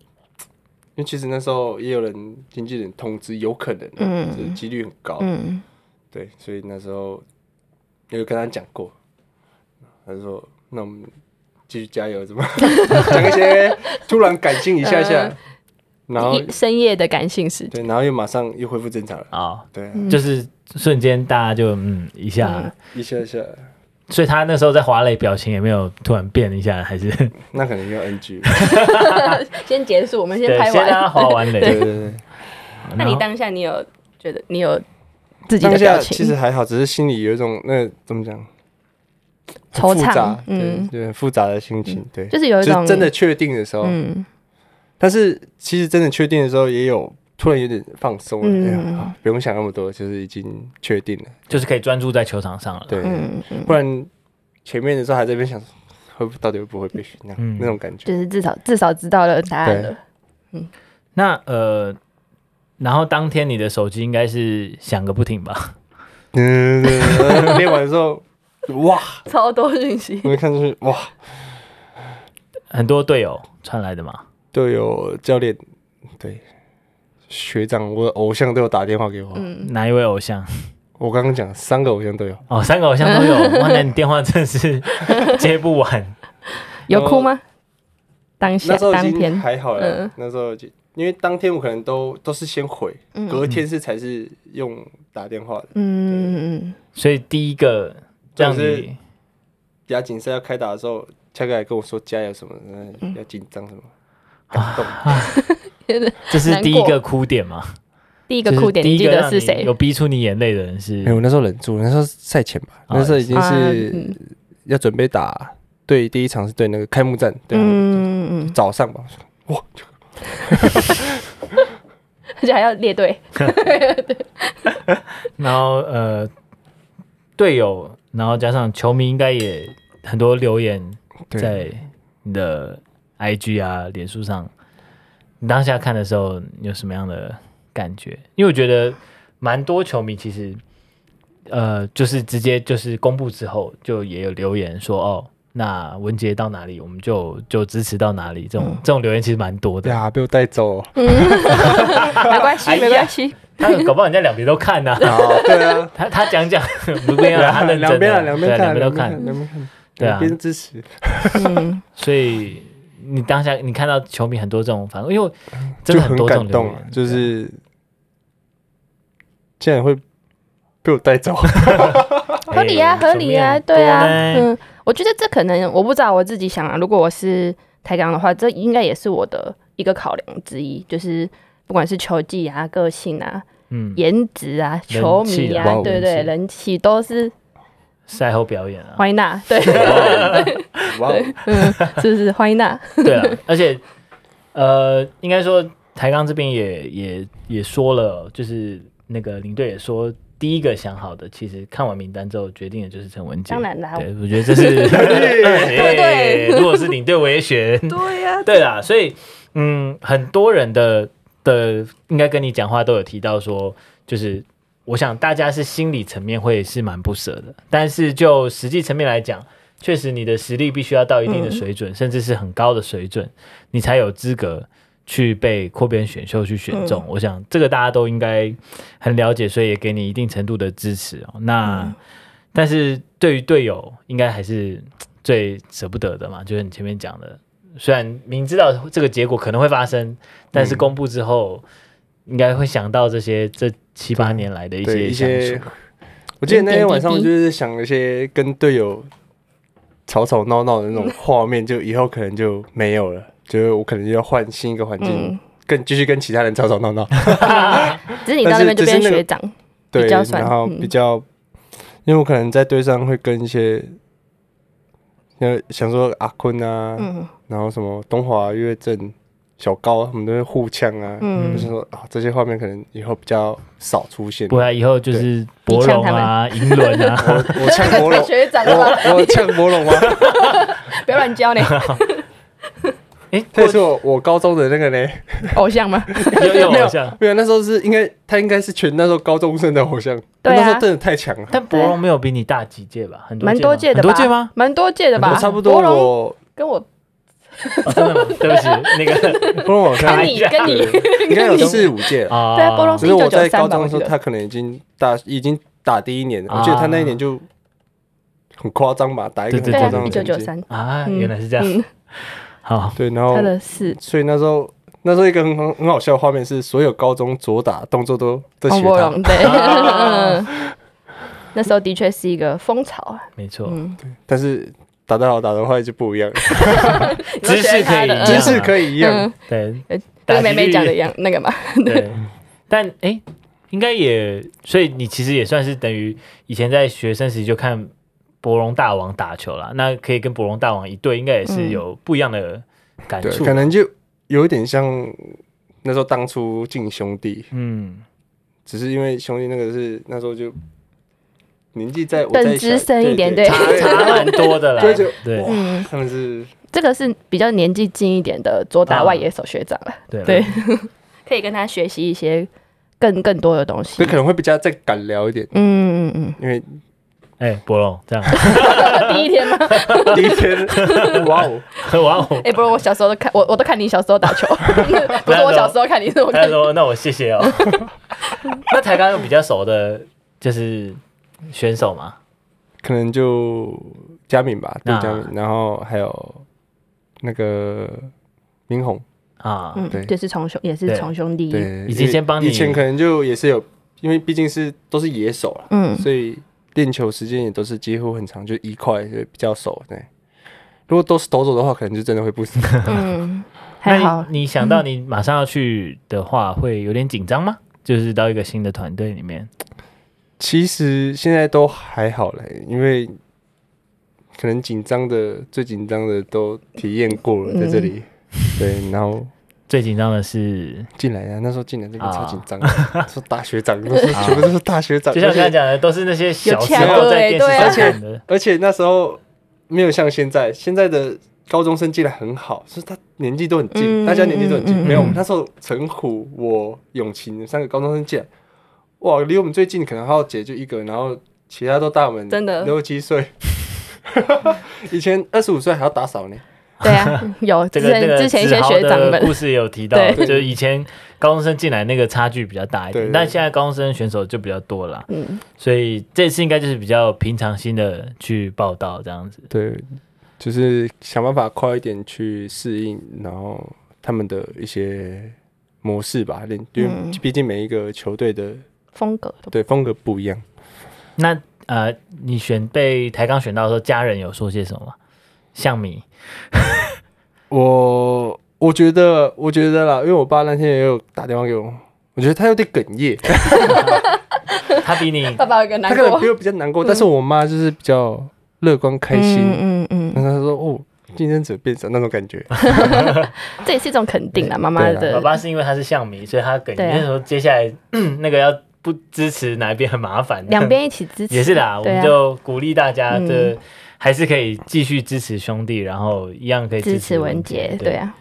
[SPEAKER 3] 为其实那时候也有人经纪人通知，有可能、
[SPEAKER 2] 嗯
[SPEAKER 3] 啊，就是几率很高，
[SPEAKER 2] 嗯，
[SPEAKER 3] 对，所以那时候有跟他讲过，他就说那我们继续加油，怎么讲一些突然感性一下
[SPEAKER 2] 嗯
[SPEAKER 3] 下，然后
[SPEAKER 2] 一深夜的感性时间。
[SPEAKER 3] 对，然后又马上又恢复正常了，
[SPEAKER 1] 啊、
[SPEAKER 3] 对啊，
[SPEAKER 1] 就是瞬间大家就嗯一下。
[SPEAKER 2] 嗯
[SPEAKER 3] 一下下，
[SPEAKER 1] 所以他那时候在华磊表情也没有突然变一下，还是
[SPEAKER 3] 那可能 又 NG，了
[SPEAKER 2] 先结束，我们先
[SPEAKER 1] 对，
[SPEAKER 2] 拍
[SPEAKER 1] 先让他
[SPEAKER 2] 完。
[SPEAKER 1] 滑完 磊。
[SPEAKER 3] 对对对。
[SPEAKER 2] 那
[SPEAKER 1] 然
[SPEAKER 2] 你
[SPEAKER 1] 后
[SPEAKER 2] 当下你有觉得你有自己
[SPEAKER 3] 当
[SPEAKER 2] 的
[SPEAKER 3] 下
[SPEAKER 2] 表
[SPEAKER 3] 其实
[SPEAKER 2] 情？
[SPEAKER 3] 还好，只是心里有一种那怎么讲，很
[SPEAKER 2] 惆
[SPEAKER 3] 复
[SPEAKER 2] 怅
[SPEAKER 3] 杂，对
[SPEAKER 2] 嗯，
[SPEAKER 3] 对，复杂的心情，对，
[SPEAKER 2] 就是有一
[SPEAKER 3] 就
[SPEAKER 2] 种
[SPEAKER 3] 是真的确定的时候，
[SPEAKER 2] 嗯
[SPEAKER 3] 但是其实真的确定的时候，也有突然有点放松了，
[SPEAKER 2] 嗯
[SPEAKER 3] 哎呀好不用想那么多，就是已经确定了，
[SPEAKER 1] 就是可以专注在球场上了。
[SPEAKER 3] 对，
[SPEAKER 2] 嗯，嗯
[SPEAKER 3] 哎不然前面的时候还在那边想会不到底会不会被选那
[SPEAKER 1] 嗯
[SPEAKER 3] 样那种感觉，
[SPEAKER 2] 就是至少至少知道了答案了。
[SPEAKER 1] 那呃，然后当天你的手机应该是响个不停吧？
[SPEAKER 3] 嗯，对对对练完之后， 哇，
[SPEAKER 2] 超多讯息，
[SPEAKER 3] 我就看出去，哇，
[SPEAKER 1] 很多队友传来的嘛。
[SPEAKER 3] 都有教练，对，学长，我的偶像都有打电话给我，
[SPEAKER 2] 嗯，
[SPEAKER 1] 哪一位偶像？
[SPEAKER 3] 我刚刚讲三个偶像都有。
[SPEAKER 1] 哦，三个偶像都 有。哇，那你电话真是接不完。
[SPEAKER 2] 有哭吗？当下
[SPEAKER 3] 哦那时候
[SPEAKER 2] 当
[SPEAKER 3] 已经
[SPEAKER 2] 天，
[SPEAKER 3] 还好了，
[SPEAKER 2] 嗯
[SPEAKER 3] 那时候就因为当天我可能都都是先回，隔天是才是用打电话的。
[SPEAKER 2] 嗯嗯
[SPEAKER 1] 所以第一个
[SPEAKER 3] 就
[SPEAKER 1] 让
[SPEAKER 3] 是
[SPEAKER 1] 你
[SPEAKER 3] 亚锦赛要开打的时候，恰哥还跟我说加油什么的，嗯啊要紧张什么，感动。
[SPEAKER 1] 这是
[SPEAKER 2] 难过
[SPEAKER 1] 第一个哭点嘛？
[SPEAKER 2] 第一个
[SPEAKER 1] 就是
[SPEAKER 2] 哭点
[SPEAKER 1] 第
[SPEAKER 2] 你
[SPEAKER 1] 一
[SPEAKER 2] 记
[SPEAKER 1] 个
[SPEAKER 2] 得
[SPEAKER 1] 让
[SPEAKER 2] 是
[SPEAKER 1] 你
[SPEAKER 2] 谁啊
[SPEAKER 1] 有？逼出你眼泪的人是
[SPEAKER 3] 没哎有，那时候忍住，那时候赛前吧，
[SPEAKER 1] 哦
[SPEAKER 3] 那时候已经
[SPEAKER 2] 啊
[SPEAKER 3] 是
[SPEAKER 2] 嗯
[SPEAKER 3] 要准备打对第一场是对那个开幕战，对啊
[SPEAKER 2] 嗯嗯 嗯，
[SPEAKER 3] 早上吧，哇，
[SPEAKER 2] 而且还要列 队，
[SPEAKER 1] 然后呃，队友，然后加上球迷，应该也很多留言
[SPEAKER 3] 对，
[SPEAKER 1] 在你的 IG 啊、脸书上，你当下看的时候你有什么样的感觉？因为我觉得蛮多球迷其实，呃，就是直接就是公布之后，就也有留言说，哦，那文杰到哪里，我们就就支持到哪里。这
[SPEAKER 3] 嗯
[SPEAKER 1] 种、这种留言其实蛮多的，
[SPEAKER 3] 啊呀，被我带 走了。
[SPEAKER 2] 没关系，
[SPEAKER 1] 哎呀
[SPEAKER 2] 没关系。
[SPEAKER 1] 他搞不好人家两边都看 呐、
[SPEAKER 3] 啊，对啊，
[SPEAKER 1] 他他讲讲不一样啊，他认真的
[SPEAKER 3] 两边啊，两
[SPEAKER 1] 对
[SPEAKER 3] 边看，
[SPEAKER 1] 两边都
[SPEAKER 3] 看，
[SPEAKER 1] 看。
[SPEAKER 3] 两边看，
[SPEAKER 1] 对啊
[SPEAKER 3] 两边支持。
[SPEAKER 2] 嗯，
[SPEAKER 1] 所以你当下你看到球迷很多这种反应，因为真
[SPEAKER 3] 就
[SPEAKER 1] 的多这
[SPEAKER 3] 感
[SPEAKER 1] 种留
[SPEAKER 3] 动啊
[SPEAKER 1] 言，，
[SPEAKER 3] 就是竟然会被我带 走，
[SPEAKER 1] 哎
[SPEAKER 2] 合理啊，合理啊，对啊，
[SPEAKER 1] 球迷很多呢
[SPEAKER 2] 嗯，我觉得这可能我不知道我自己想啊，如果我是台钢的话，这应该也是我的一个考量之一，就是不管是球技啊、个性啊、
[SPEAKER 1] 嗯，
[SPEAKER 2] 颜值啊、
[SPEAKER 1] 气啊
[SPEAKER 2] 球迷
[SPEAKER 3] 哇
[SPEAKER 2] 啊
[SPEAKER 3] 哦，
[SPEAKER 2] 对
[SPEAKER 3] 人
[SPEAKER 2] 对，
[SPEAKER 3] 气
[SPEAKER 2] 人气都是
[SPEAKER 1] 赛后表演啊，
[SPEAKER 2] 欢迎娜，对，
[SPEAKER 3] 哇哦，
[SPEAKER 2] 嗯，是不是欢迎娜？
[SPEAKER 1] 对啊，而且呃，应该说台钢这边也也也说了，就是那个领队也说，第一个想好的，其实看完名单之后决定的就是陈文杰。
[SPEAKER 2] 当然啦，
[SPEAKER 1] 对，我觉得这是 哎
[SPEAKER 2] 对
[SPEAKER 1] 如果是领队我也选。
[SPEAKER 2] 对呀，
[SPEAKER 1] 对啦，所以嗯，很多人的的应该跟你讲话都有提到说，就是我想大家是心理层面会是蛮不舍的，但是就实际层面来讲，确实你的实力必须要到一定的水准，甚至是很高的水准，你才有资格。去被扩编选秀去选中，我想这个大家都应该很了解，所以也给你一定程度的支持哦。那、但是对于队友，应该还是最舍不得的嘛，就是你前面讲的，虽然明知道这个结果可能会发生，但
[SPEAKER 3] 嗯
[SPEAKER 1] 是公布之后，应该会想到这些这七八年来的一
[SPEAKER 3] 对
[SPEAKER 1] 些
[SPEAKER 3] 一
[SPEAKER 1] 相
[SPEAKER 3] 些
[SPEAKER 1] 处。。
[SPEAKER 3] 我记得那天晚上就是想一些跟队友吵吵闹闹的那种画面，就以后可能就没有了，就是我可能就要换新一个环境
[SPEAKER 2] 嗯，，
[SPEAKER 3] 更继续跟其他人吵吵闹闹。
[SPEAKER 1] 嗯
[SPEAKER 2] 只是你到那边就变
[SPEAKER 3] 但是只是那个
[SPEAKER 2] 学长，
[SPEAKER 3] 对，
[SPEAKER 2] 比较算
[SPEAKER 3] 然后
[SPEAKER 2] 嗯
[SPEAKER 3] 比较，因为我可能在队上会跟一些，呃，想说阿坤啊，
[SPEAKER 2] 嗯
[SPEAKER 3] 然后什么东华、岳正、小高，他们都会互呛啊。
[SPEAKER 2] 嗯，
[SPEAKER 3] 就，是说啊，这些画面可能以后比较少出现。
[SPEAKER 1] 不然以后就是博龙啊、银轮啊，
[SPEAKER 3] 我我呛博 龙
[SPEAKER 2] 学长了吧，
[SPEAKER 3] 我我呛博龙吗？
[SPEAKER 2] 不要乱 教你，
[SPEAKER 1] 哎，
[SPEAKER 3] 这也是我我高中的那个呢，
[SPEAKER 2] 偶像吗？
[SPEAKER 1] 有有
[SPEAKER 3] 没
[SPEAKER 1] 偶像，
[SPEAKER 3] 没有，那时候是应该他应该是全那时候高中生的偶像，
[SPEAKER 2] 对啊
[SPEAKER 3] 那时候真的太强了。
[SPEAKER 1] 但博龙没有比你大几届吧？很多
[SPEAKER 2] 蛮多届
[SPEAKER 1] 届
[SPEAKER 2] 的
[SPEAKER 1] 吗
[SPEAKER 2] 吧？
[SPEAKER 1] 很多届吗？？
[SPEAKER 2] 蛮多届的吧？
[SPEAKER 3] 差不多
[SPEAKER 2] 博龙
[SPEAKER 3] 我
[SPEAKER 2] 跟我
[SPEAKER 1] 哦真的吗？对 不起，那个
[SPEAKER 3] 不龙好 像
[SPEAKER 2] 跟
[SPEAKER 1] 哎
[SPEAKER 2] 你跟你，
[SPEAKER 3] 应该有四五届了。
[SPEAKER 1] 啊，
[SPEAKER 2] 对啊博龙
[SPEAKER 3] 只是我在
[SPEAKER 2] 1993吧
[SPEAKER 3] 高中的时候，
[SPEAKER 2] 我记得
[SPEAKER 3] 他可能已经打已经打第一年了，
[SPEAKER 1] 啊
[SPEAKER 3] 我记得他那一年就很夸张吧，打一个很
[SPEAKER 1] 对
[SPEAKER 2] 对
[SPEAKER 3] 夸
[SPEAKER 2] 啊
[SPEAKER 3] 张，的
[SPEAKER 2] 一九
[SPEAKER 3] 成
[SPEAKER 2] 九
[SPEAKER 3] 绩。
[SPEAKER 2] 三，
[SPEAKER 1] 啊，
[SPEAKER 2] 嗯
[SPEAKER 1] 原来是这样
[SPEAKER 2] 嗯。
[SPEAKER 1] 好，
[SPEAKER 3] 对，然后
[SPEAKER 2] 他的四
[SPEAKER 3] 所以那时候那时候一个很很很好笑的画面是，所有高中左打动作都在
[SPEAKER 2] 王
[SPEAKER 3] 学
[SPEAKER 2] 博
[SPEAKER 3] 他，
[SPEAKER 2] 龙对。
[SPEAKER 1] 啊
[SPEAKER 2] 嗯 那时候的确是一个风潮啊，
[SPEAKER 1] 没错，
[SPEAKER 2] 嗯，
[SPEAKER 3] 但是打得好打得坏就不一样了，
[SPEAKER 1] 姿势可以一样啊，
[SPEAKER 3] 姿势可以一样。
[SPEAKER 2] 嗯，
[SPEAKER 1] 对，打
[SPEAKER 2] 跟
[SPEAKER 1] 击
[SPEAKER 2] 嗯妹妹
[SPEAKER 1] 率
[SPEAKER 2] 讲的一样，那个 嘛，
[SPEAKER 1] 对，但哎、诶应该也，所以你其实也算是等于以前在学生时期就看博龙大王打球啦，那可以跟博龙大王一对，应该也是
[SPEAKER 2] 嗯
[SPEAKER 1] 有不一样的感
[SPEAKER 3] 对，
[SPEAKER 1] 触。
[SPEAKER 3] 可能就有一点像那时候当初进兄弟，
[SPEAKER 1] 嗯，
[SPEAKER 3] 只是因为兄弟那个是那时候就年纪在我
[SPEAKER 2] 更
[SPEAKER 3] 在
[SPEAKER 2] 资深一点
[SPEAKER 3] 对
[SPEAKER 2] 对
[SPEAKER 1] 差差蛮多的啦
[SPEAKER 3] 对 就。
[SPEAKER 1] 对
[SPEAKER 2] 嗯，
[SPEAKER 3] 他们是
[SPEAKER 2] 这个是比较年纪近一点的左打外野手学长了，
[SPEAKER 1] 对
[SPEAKER 2] 对
[SPEAKER 1] 对，
[SPEAKER 2] 可以跟他学习一些更更多的东西
[SPEAKER 3] 这，可能会比较再敢聊一点，
[SPEAKER 2] 嗯 嗯
[SPEAKER 3] 因为
[SPEAKER 1] 哎，博龙这样，
[SPEAKER 2] 嗯，第一天吗？
[SPEAKER 3] 第一天，哇哦，
[SPEAKER 1] 哇哦！
[SPEAKER 2] 哎，不是，我小时候都看我我都看你小时候 打球，不是我小时候看你，是我
[SPEAKER 1] 他
[SPEAKER 2] 看
[SPEAKER 1] 说：“那我谢谢哦。” 那台刚有比较熟的，就是选手嘛，
[SPEAKER 3] 可能就佳敏吧，对
[SPEAKER 1] 那
[SPEAKER 3] 佳敏，然后还有那个明宏，
[SPEAKER 1] 啊，
[SPEAKER 2] 嗯
[SPEAKER 3] 对，
[SPEAKER 2] 就是从兄也是
[SPEAKER 1] 对
[SPEAKER 2] 从兄弟，
[SPEAKER 3] 对，
[SPEAKER 1] 已经先帮你
[SPEAKER 3] 因为以前可能就也是有，因为毕竟是都是野手啦，
[SPEAKER 2] 嗯
[SPEAKER 3] 所以练球时间也都是几乎很长，就一块就比较熟，对。如果都是投手的话，可能就真的会不熟。
[SPEAKER 2] 嗯，
[SPEAKER 1] 那
[SPEAKER 2] 还
[SPEAKER 1] 你
[SPEAKER 2] 好，
[SPEAKER 1] 你想到你马上要去的话，会有点紧张吗？就是到一个新的团队里面，
[SPEAKER 3] 其实现在都还好嘞，因为可能紧张的、最紧张的都体验过了，在这里。对，然后
[SPEAKER 1] 最紧张的是，
[SPEAKER 3] 进来啊，那时候进来那个
[SPEAKER 1] 啊
[SPEAKER 3] 超紧张的，说大学 长，都是全部呃都是大学长，
[SPEAKER 1] 就像
[SPEAKER 3] 而且
[SPEAKER 1] 刚才讲的，都是那些小时
[SPEAKER 2] 有
[SPEAKER 1] 候
[SPEAKER 2] 呛
[SPEAKER 1] 在电视上
[SPEAKER 2] 啊
[SPEAKER 3] 对
[SPEAKER 1] 看 的，
[SPEAKER 3] 而且那时候没有像现在，现在的高中生进来很好，是他年纪都很近，
[SPEAKER 2] 嗯
[SPEAKER 3] 大家年纪都很近。
[SPEAKER 2] 嗯嗯嗯
[SPEAKER 3] 没有，我们那时候陈虎、我、永晴三个高中生进来，哇，离我们最近可能还有姐就一个，然后其他都大我 们
[SPEAKER 2] 真的
[SPEAKER 3] 六七岁，以前二十五岁还要打扫呢，
[SPEAKER 2] 对啊，有
[SPEAKER 1] 这
[SPEAKER 2] 之
[SPEAKER 1] 个这
[SPEAKER 2] 前
[SPEAKER 1] 个
[SPEAKER 2] 之前一些
[SPEAKER 1] 子豪
[SPEAKER 2] 学长
[SPEAKER 1] 的
[SPEAKER 2] 们
[SPEAKER 1] 故事也有提到，
[SPEAKER 2] 对
[SPEAKER 1] 就是以前高中生进来那个差距比较大一
[SPEAKER 3] 对
[SPEAKER 1] 点，
[SPEAKER 3] 对
[SPEAKER 1] 但现在高中生选手就比较多了，
[SPEAKER 2] 嗯，
[SPEAKER 1] 所以这次应该就是比较平常心的去报道这样子。
[SPEAKER 3] 对，就是想办法快一点去适应，然后他们的一些模式吧，连因
[SPEAKER 2] 嗯
[SPEAKER 3] 为毕竟每一个球队的
[SPEAKER 2] 风格都
[SPEAKER 3] 对风格不一样。
[SPEAKER 1] 那呃，你选被台钢选到的时候，家人有说些什么吗？像你，
[SPEAKER 3] 我我觉得，我觉得啦，因为我爸那天也有打电话给我，我觉得他有点哽咽，
[SPEAKER 1] 他比 你
[SPEAKER 2] 爸爸有个
[SPEAKER 3] 他可能比我比较难过，但是我妈就是比较乐观开心，
[SPEAKER 2] 嗯嗯
[SPEAKER 3] 然
[SPEAKER 2] 嗯，
[SPEAKER 3] 后她说哦，竞争者变少那种感觉，
[SPEAKER 1] 哦
[SPEAKER 2] 这也是一种肯定啦，妈妈
[SPEAKER 3] 对
[SPEAKER 1] 啊爸
[SPEAKER 2] 的
[SPEAKER 1] 爸是因为他是像迷，所以他哽
[SPEAKER 2] 对啊
[SPEAKER 1] 咽。那时候接下来嗯那个要不支持哪一边很麻烦，
[SPEAKER 2] 两边一起 支持，
[SPEAKER 1] 也是啦，我
[SPEAKER 2] 对
[SPEAKER 1] 们
[SPEAKER 2] 啊
[SPEAKER 1] 就鼓励大家
[SPEAKER 2] 嗯
[SPEAKER 1] 这还是可以继续支持兄弟，然后一样可以
[SPEAKER 2] 支
[SPEAKER 1] 持
[SPEAKER 2] 持
[SPEAKER 1] 文
[SPEAKER 2] 文杰，对
[SPEAKER 1] 对，
[SPEAKER 2] 啊，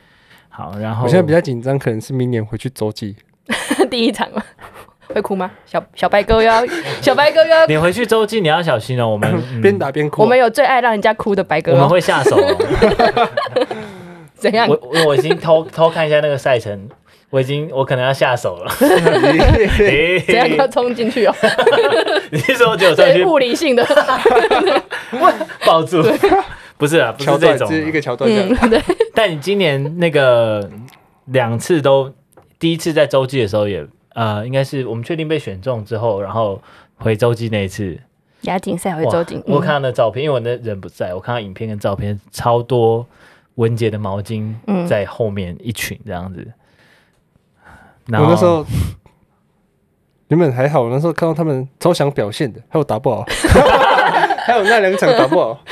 [SPEAKER 1] 好，然后
[SPEAKER 3] 我现在比较紧张，可能是明年回去周记，
[SPEAKER 2] 第一场嘛，会哭吗？小小白哥又 要，小白哥又要，
[SPEAKER 1] 你回去周记你要小心哦，我们 嗯
[SPEAKER 3] 边打边哭。
[SPEAKER 2] 我 们有最爱让人家哭的白哥
[SPEAKER 1] 我们
[SPEAKER 2] 哦，
[SPEAKER 1] 会下手哦。
[SPEAKER 2] 怎样？
[SPEAKER 1] 我我我已经偷偷看一下那个赛程，我已经我可能要下手了。嘿
[SPEAKER 2] 怎样要冲进去哦？
[SPEAKER 1] 你是说只有上
[SPEAKER 2] 这
[SPEAKER 1] 去
[SPEAKER 2] 是物理性 的，
[SPEAKER 1] 抱住？ 不是啊，不
[SPEAKER 3] 桥
[SPEAKER 1] 是这
[SPEAKER 3] 段，
[SPEAKER 1] 种
[SPEAKER 3] 这
[SPEAKER 1] 啊
[SPEAKER 3] 是。一个桥段这 样。
[SPEAKER 2] 嗯，对，
[SPEAKER 1] 但你今年那个两次都，第一次在洲际的时候也呃，应该是我们确定被选中之后，然后回洲际那一次，
[SPEAKER 2] 亚锦赛会
[SPEAKER 1] 哇
[SPEAKER 2] 周进，
[SPEAKER 1] 我
[SPEAKER 2] 嗯
[SPEAKER 1] 看到那照片，因为我那人不在，我看到影片跟照片超多文杰的毛巾
[SPEAKER 2] 嗯
[SPEAKER 1] 在后面一群这样子。然
[SPEAKER 3] 我
[SPEAKER 1] 后
[SPEAKER 3] 那时候原本还好，我那时候看到他们超想表现的，还有打 不好，还有那两场打不好，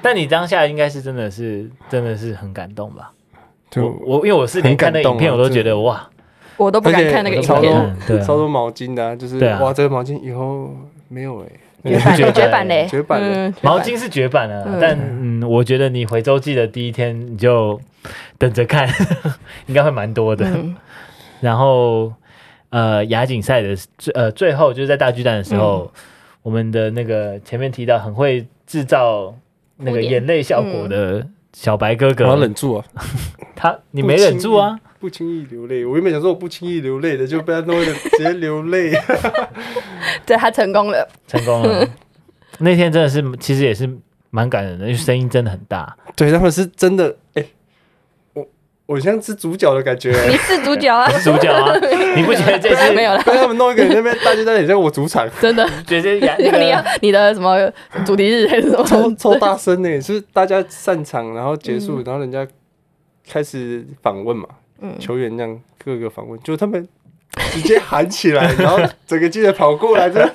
[SPEAKER 1] 但你当下应该是真的是真的是很感动吧？我
[SPEAKER 3] 就
[SPEAKER 1] 我因为我是连
[SPEAKER 3] 很
[SPEAKER 1] 看
[SPEAKER 3] 感
[SPEAKER 1] 那
[SPEAKER 3] 动
[SPEAKER 1] 影片
[SPEAKER 3] 啊
[SPEAKER 1] 我都觉
[SPEAKER 3] 真的
[SPEAKER 1] 得哇，
[SPEAKER 2] 我都不
[SPEAKER 3] 而
[SPEAKER 2] 敢
[SPEAKER 3] 且
[SPEAKER 2] 看那个影
[SPEAKER 3] 超
[SPEAKER 2] 片，
[SPEAKER 1] 嗯对
[SPEAKER 3] 多
[SPEAKER 1] 啊
[SPEAKER 3] 超多毛巾的啊，就是
[SPEAKER 1] 对啊
[SPEAKER 3] 哇，这个毛巾以后没有
[SPEAKER 2] 绝
[SPEAKER 3] 哎，
[SPEAKER 2] 版
[SPEAKER 1] 绝
[SPEAKER 2] 嘞，
[SPEAKER 1] 版
[SPEAKER 2] 绝版嘞，
[SPEAKER 3] 绝版嘞
[SPEAKER 2] 嗯
[SPEAKER 1] 毛巾是绝版了，
[SPEAKER 2] 嗯
[SPEAKER 1] 但嗯，我觉得你回洲际的第一天你就等着看， 应该会蛮多的。
[SPEAKER 2] 嗯
[SPEAKER 1] 然后呃，亚锦赛的最呃最后就是在大巨蛋的时候，
[SPEAKER 2] 嗯
[SPEAKER 1] 我们的那个前面提到很会制造那
[SPEAKER 2] 哭
[SPEAKER 1] 个
[SPEAKER 2] 点
[SPEAKER 1] 眼泪效果的小白哥
[SPEAKER 3] 我要
[SPEAKER 1] 哥，
[SPEAKER 3] 忍住啊，
[SPEAKER 1] 他你没忍住啊？
[SPEAKER 3] 不轻易流泪。我原本想说我不轻易流泪的，就被他弄得直接流 泪。
[SPEAKER 2] 这他成功了，
[SPEAKER 1] 成功 了。那天真的是，其实也是蛮感人的，因为声音真的很大。
[SPEAKER 3] 对，他们是真的哎，我我像是主角的感觉欸
[SPEAKER 2] 你。是主 角啊，
[SPEAKER 1] 主角 啊，你不觉得这次
[SPEAKER 2] 没有了，
[SPEAKER 3] 被他们弄一个人在那边大巨蛋，也像我主 场，
[SPEAKER 2] 真的，
[SPEAKER 1] 觉得亚那
[SPEAKER 2] 你要
[SPEAKER 1] 个
[SPEAKER 2] 你的什么主题日还是什么？
[SPEAKER 3] 超超大声呢、是大家散场，然后结束，然后人家开始访问嘛，
[SPEAKER 2] 嗯
[SPEAKER 3] 球员这样各个访问，就他们直接喊起 来，然后整个记者跑过来，这样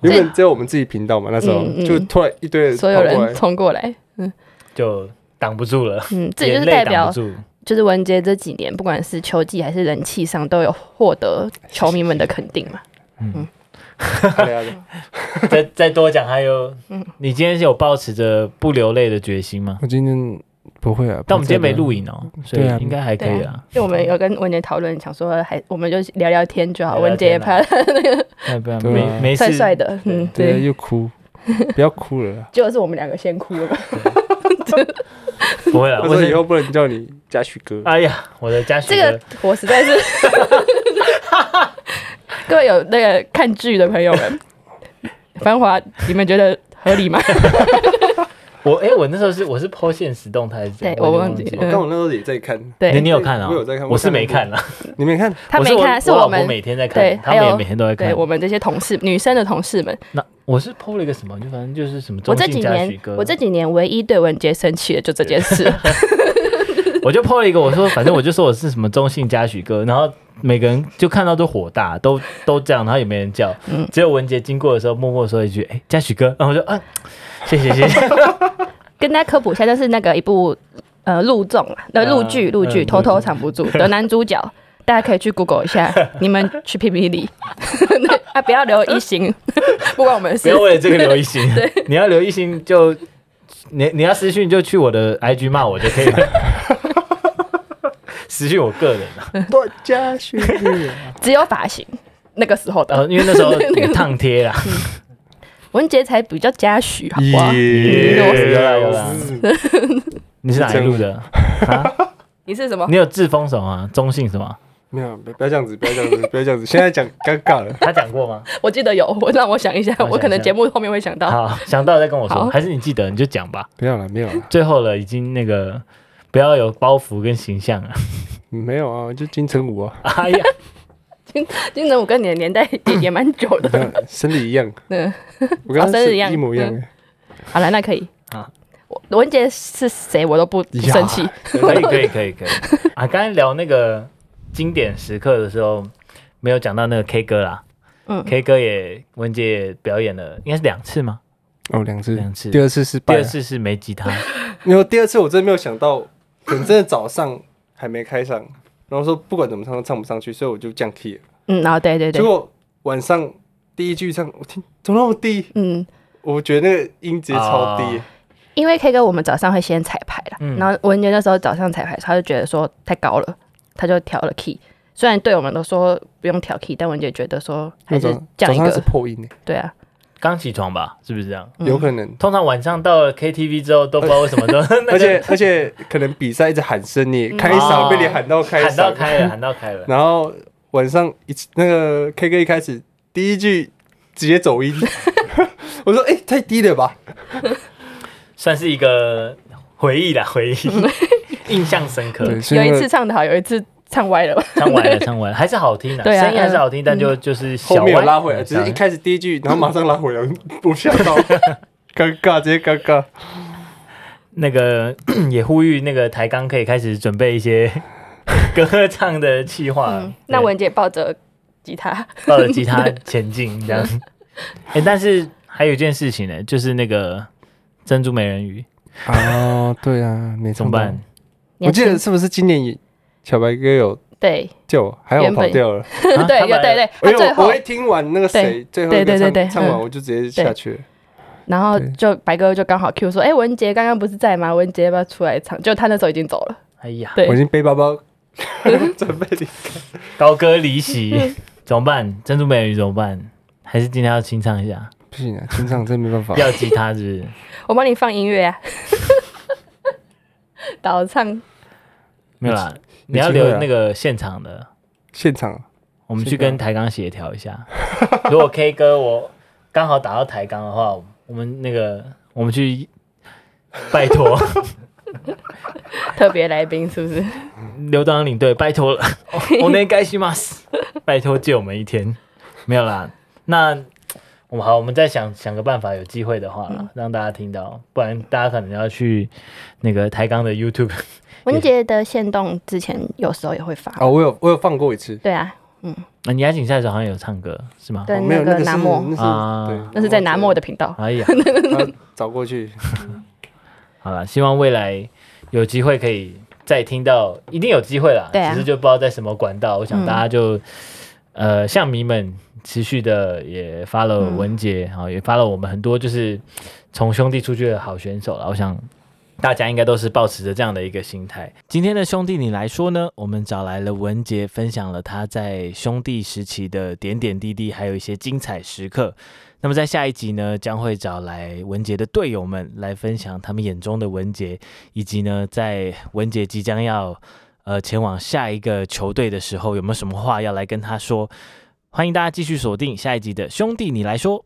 [SPEAKER 3] 原本只有我们自己频道嘛，那时候、
[SPEAKER 2] 嗯嗯
[SPEAKER 3] 就突然一堆人跑
[SPEAKER 2] 所有
[SPEAKER 3] 过来
[SPEAKER 2] 人，冲过来，
[SPEAKER 1] 就挡不住了，
[SPEAKER 2] 嗯，这就
[SPEAKER 1] 眼
[SPEAKER 2] 是
[SPEAKER 1] 泪
[SPEAKER 2] 代
[SPEAKER 1] 挡
[SPEAKER 2] 表
[SPEAKER 1] 不，住。
[SPEAKER 2] 就是文杰这几年不管是球技还是人气上，都有获得球迷们的肯定嘛。
[SPEAKER 3] 对啊对啊
[SPEAKER 1] 再再多讲，还 有，
[SPEAKER 2] 嗯
[SPEAKER 1] 你今天是有抱持着不流泪的决心吗？
[SPEAKER 3] 我今天不会啊，
[SPEAKER 1] 但我们今天没录影哦，所以
[SPEAKER 3] 对啊
[SPEAKER 1] 应该还可以
[SPEAKER 2] 对啊
[SPEAKER 1] 啦。
[SPEAKER 2] 因为我们有跟文杰讨论，想说还我们就聊聊天就好。
[SPEAKER 1] 聊聊
[SPEAKER 2] 文杰也
[SPEAKER 1] 天啊
[SPEAKER 2] 怕
[SPEAKER 1] 要不然
[SPEAKER 3] 对啊
[SPEAKER 1] 没没
[SPEAKER 2] 帅
[SPEAKER 1] 事，
[SPEAKER 2] 帅的，嗯，
[SPEAKER 3] 对啊，
[SPEAKER 2] 对，
[SPEAKER 3] 又 哭，不要哭了啦，
[SPEAKER 2] 结果是我们两个先哭了。
[SPEAKER 1] 不会了。
[SPEAKER 3] 我啊
[SPEAKER 1] 我
[SPEAKER 3] 说以
[SPEAKER 1] 是
[SPEAKER 3] 后不能叫你嘉许哥，
[SPEAKER 1] 哎呀，我的嘉许
[SPEAKER 2] 这个
[SPEAKER 1] 哥，
[SPEAKER 2] 我实在是，各位有那个看剧的朋友们，《繁华》你们觉得合理吗？
[SPEAKER 1] 我哎，我那时候是我是剖现实动态还是怎样，
[SPEAKER 2] 对我
[SPEAKER 1] 已
[SPEAKER 2] 忘
[SPEAKER 1] 经
[SPEAKER 2] 记
[SPEAKER 3] 我
[SPEAKER 2] 了
[SPEAKER 3] 哦刚我那时候也在看，
[SPEAKER 1] 你
[SPEAKER 2] 对，
[SPEAKER 1] 你有看啊？
[SPEAKER 3] 我有在看
[SPEAKER 1] 我是
[SPEAKER 3] 我看
[SPEAKER 1] 没
[SPEAKER 3] 过
[SPEAKER 1] 看啦。
[SPEAKER 3] 你没 看，
[SPEAKER 2] 他
[SPEAKER 1] 我
[SPEAKER 2] 没
[SPEAKER 1] 我
[SPEAKER 2] 看，是
[SPEAKER 1] 我老婆
[SPEAKER 2] 们
[SPEAKER 1] 每天在
[SPEAKER 2] 对
[SPEAKER 1] 看，他们
[SPEAKER 2] 还
[SPEAKER 1] 也
[SPEAKER 2] 有
[SPEAKER 1] 每天都在看
[SPEAKER 2] 对。我们这些同事，女生的同事们。
[SPEAKER 1] 那我是剖了一个什么？就反正就是什么
[SPEAKER 2] 我
[SPEAKER 1] 中
[SPEAKER 2] 这
[SPEAKER 1] 信
[SPEAKER 2] 几
[SPEAKER 1] 嘉许
[SPEAKER 2] 年
[SPEAKER 1] 哥，，
[SPEAKER 2] 我这几年唯一对文杰生气的就这件事。
[SPEAKER 1] 我就抛了一个，我说反正我就说我是什么中性嘉许哥，然后每个人就看到都火大，都都这样，然后也没人叫，
[SPEAKER 2] 嗯
[SPEAKER 1] 只有文杰经过的时候默默说一句：“哎、嘉许哥。”然后我就啊，谢谢谢谢。
[SPEAKER 2] 跟大家科普一下，就是那个一部呃陆综啊，那
[SPEAKER 1] 嗯
[SPEAKER 2] 陆剧陆剧
[SPEAKER 1] 嗯
[SPEAKER 2] 《偷偷藏不住》的男主角，大家可以去 Google 一下，你们去 PPT 啊，不要留一星， 不管我们
[SPEAKER 1] 不
[SPEAKER 2] 是
[SPEAKER 1] 要为了这个刘一星， 你要刘一星就你你要私讯就去我的 IG 骂我就可以了， 私讯我个人啊，
[SPEAKER 3] 对嘉许 哥。
[SPEAKER 2] 只有发型那个时候的，
[SPEAKER 1] 呃啊 呃，因为那时候有烫贴啦，
[SPEAKER 2] 文杰才比较嘉许，好不好？
[SPEAKER 3] 耶
[SPEAKER 1] 有啦有啦你是哪一路的？啊，
[SPEAKER 2] 你是什么？
[SPEAKER 1] 你有自封什么啊？中性什么？
[SPEAKER 3] 没有，不不要这样子，不要这样子，不要这样子，现在讲尴尬了。
[SPEAKER 1] 他讲过 吗？
[SPEAKER 2] 我记得有，我让我想一下，
[SPEAKER 1] 我想一下
[SPEAKER 2] 我可能节目后面会想到。
[SPEAKER 1] 好，想到再跟我说，
[SPEAKER 2] 好
[SPEAKER 1] 还是你记得你就讲吧。
[SPEAKER 3] 没有了，没有了，
[SPEAKER 1] 最后了，已经那个不要有包袱跟形象了。
[SPEAKER 3] 没有啊，就金城武 啊，
[SPEAKER 1] 哎呀，
[SPEAKER 2] 金城武跟你的年代 也也蛮久
[SPEAKER 3] 没
[SPEAKER 2] 的。
[SPEAKER 3] 有生理 一样，
[SPEAKER 2] 嗯，
[SPEAKER 3] 我
[SPEAKER 2] 哦
[SPEAKER 3] 刚刚
[SPEAKER 2] 生日
[SPEAKER 3] 是
[SPEAKER 2] 一样
[SPEAKER 3] 一模一 样
[SPEAKER 2] 嗯。好了，那可以
[SPEAKER 1] 啊。
[SPEAKER 2] 我文杰是谁，我都不不
[SPEAKER 3] 呀
[SPEAKER 2] 生气。
[SPEAKER 1] 可以可以可以可以啊！刚才聊那个经典时刻的时候，没有讲到那个 K 歌啦。
[SPEAKER 2] 嗯，
[SPEAKER 1] K 歌也文杰也表演了，应该是两次吗？
[SPEAKER 3] 哦，两次，
[SPEAKER 1] 两次
[SPEAKER 3] 第二次失
[SPEAKER 1] 第
[SPEAKER 3] 败
[SPEAKER 1] 二
[SPEAKER 3] 了。
[SPEAKER 1] 次是没吉他，
[SPEAKER 3] 因为第二次我真的没有想到，可能真的早上还没开上，然后说不管怎么唱都唱不上去，所以我就降 key 了。
[SPEAKER 2] 嗯，然后对对
[SPEAKER 3] 结
[SPEAKER 2] 对，
[SPEAKER 3] 果晚上第一句唱，我听怎么那么低？
[SPEAKER 2] 嗯，
[SPEAKER 3] 我觉得那个音直接超低
[SPEAKER 1] 哦，
[SPEAKER 2] 因为 K 歌我们早上会先彩排啦，
[SPEAKER 1] 嗯
[SPEAKER 2] 然后文杰那时候早上彩排，他就觉得说太高了，他就调了 key。虽然对我们都说不用调 key，但文杰觉得说还
[SPEAKER 3] 那
[SPEAKER 2] 是
[SPEAKER 3] 种
[SPEAKER 2] 降一
[SPEAKER 3] 早上是
[SPEAKER 2] 个，
[SPEAKER 3] 破音耶
[SPEAKER 2] 对啊，
[SPEAKER 1] 刚起床吧？是不是这样？
[SPEAKER 2] 嗯
[SPEAKER 3] 有可能。
[SPEAKER 1] 通常晚上到了 KTV 之后，都不知道为什么都 那
[SPEAKER 3] 而
[SPEAKER 1] 个
[SPEAKER 3] 且而且可能比赛一直喊声，你
[SPEAKER 2] 嗯
[SPEAKER 3] 开嗓
[SPEAKER 1] 哦
[SPEAKER 3] 被你喊到开
[SPEAKER 1] 喊到
[SPEAKER 3] 嗓，
[SPEAKER 1] 开了，喊到开了。
[SPEAKER 3] 然后晚上一起那个 K 歌一开始第一句直接走音， 我说哎、太低了吧，
[SPEAKER 1] 算是一个回忆啦， 回忆，印象深刻。
[SPEAKER 3] 对，是
[SPEAKER 2] 有
[SPEAKER 3] 因
[SPEAKER 2] 一
[SPEAKER 3] 为
[SPEAKER 2] 次唱的好，有一次唱歪了吧？
[SPEAKER 1] 唱完了，唱完了，还是好听的，
[SPEAKER 2] 对啊
[SPEAKER 1] 声音还是好听，但就就是
[SPEAKER 3] 嗯后
[SPEAKER 1] 小
[SPEAKER 3] 面有
[SPEAKER 1] 歪
[SPEAKER 3] 拉回来，只是一
[SPEAKER 1] 嗯
[SPEAKER 3] 开始第一句，然后马上拉回来， 我吓到，尴尬，直接尴尬。
[SPEAKER 1] 那个 也呼吁那个台钢可以开始准备一些 歌唱的企
[SPEAKER 3] 啊
[SPEAKER 1] 划
[SPEAKER 2] 嗯，。那
[SPEAKER 1] 对
[SPEAKER 2] 文杰抱着吉他，
[SPEAKER 1] 抱着吉他前进这 样。哎，但是还有一件事情呢，就是那个珍珠美人鱼
[SPEAKER 3] 哦，对啊，没
[SPEAKER 1] 怎么办？？
[SPEAKER 2] 年
[SPEAKER 3] 我记得
[SPEAKER 2] 轻
[SPEAKER 3] 是不是今年也小白哥有
[SPEAKER 2] 对
[SPEAKER 3] 叫我，还好我
[SPEAKER 2] 原
[SPEAKER 3] 跑
[SPEAKER 2] 本
[SPEAKER 3] 掉了，
[SPEAKER 2] 对
[SPEAKER 1] 啊
[SPEAKER 2] 对
[SPEAKER 1] 他本来
[SPEAKER 2] 对，
[SPEAKER 3] 因
[SPEAKER 2] 他
[SPEAKER 3] 为
[SPEAKER 2] 最
[SPEAKER 3] 我
[SPEAKER 2] 后
[SPEAKER 3] 我一听完那个谁最后一
[SPEAKER 2] 对
[SPEAKER 3] 个
[SPEAKER 2] 对对对
[SPEAKER 3] 唱唱完，
[SPEAKER 2] 嗯
[SPEAKER 3] 我就直接下去了。
[SPEAKER 2] 然后
[SPEAKER 3] 对
[SPEAKER 2] 就白哥就刚好 Q 说：“哎、文杰刚刚不是在吗？文杰要不要出来唱？”就他那时候已经走了，
[SPEAKER 1] 哎呀，
[SPEAKER 2] 对
[SPEAKER 3] 我已，经背包包 准备离
[SPEAKER 1] 高歌离席 怎么办？珍珠美人鱼怎么办？还是今天要清唱一下，
[SPEAKER 3] 不行啊，清唱真没办法。
[SPEAKER 1] 要吉他是不是？
[SPEAKER 2] 我帮你放音乐啊， 倒唱
[SPEAKER 1] 没有啦，
[SPEAKER 3] 你
[SPEAKER 1] 你要
[SPEAKER 3] 机会
[SPEAKER 1] 留
[SPEAKER 3] 啊
[SPEAKER 1] 那个现场的，
[SPEAKER 3] 现场啊
[SPEAKER 1] 我们去
[SPEAKER 3] 现场
[SPEAKER 1] 跟台钢协调一下。 如果 K 歌我刚好打到台钢的话，我们那个我们去拜托
[SPEAKER 2] 特别来宾是不是？
[SPEAKER 1] 刘当领队，拜托了，我那该西马斯，拜托借我们一天。没有啦，那我们好，我们再想想个办法，有机会的话啦，让大家听到，不然大家可能要去那个台钢的 YouTube
[SPEAKER 2] 文杰的线动之前有时候也会发，
[SPEAKER 3] 哦，我有我有放过一次，
[SPEAKER 2] 对啊，
[SPEAKER 1] 啊，你还请下手好像有唱歌是吗？
[SPEAKER 2] 对
[SPEAKER 3] 哦没有
[SPEAKER 2] 那个
[SPEAKER 3] 个是
[SPEAKER 2] 拿莫
[SPEAKER 3] 那
[SPEAKER 1] 啊
[SPEAKER 3] 是对
[SPEAKER 2] 那是在拿莫的频道。
[SPEAKER 1] 哎呀，
[SPEAKER 3] 他找过去，
[SPEAKER 1] 好了，希望未来有机会可以再听到，一定有机会啦。
[SPEAKER 2] 对啊嗯
[SPEAKER 1] 只是就不知道在什么管道。我想大家就、呃，像迷们持续的也 follow
[SPEAKER 2] 嗯
[SPEAKER 1] 文杰，好、也 follow 我们很多就是从兄弟出去的好选手了。我想。大家应该都是保持着这样的一个心态。今天的兄弟你来说呢，我们找来了文杰，分享了他在兄弟时期的点点滴滴，还有一些精彩时刻。那么在下一集呢，将会找来文杰的队友们来分享他们眼中的文杰，以及呢，在文杰即将要呃前往下一个球队的时候，有没有什么话要来跟他说？欢迎大家继续锁定下一集的兄弟你来说。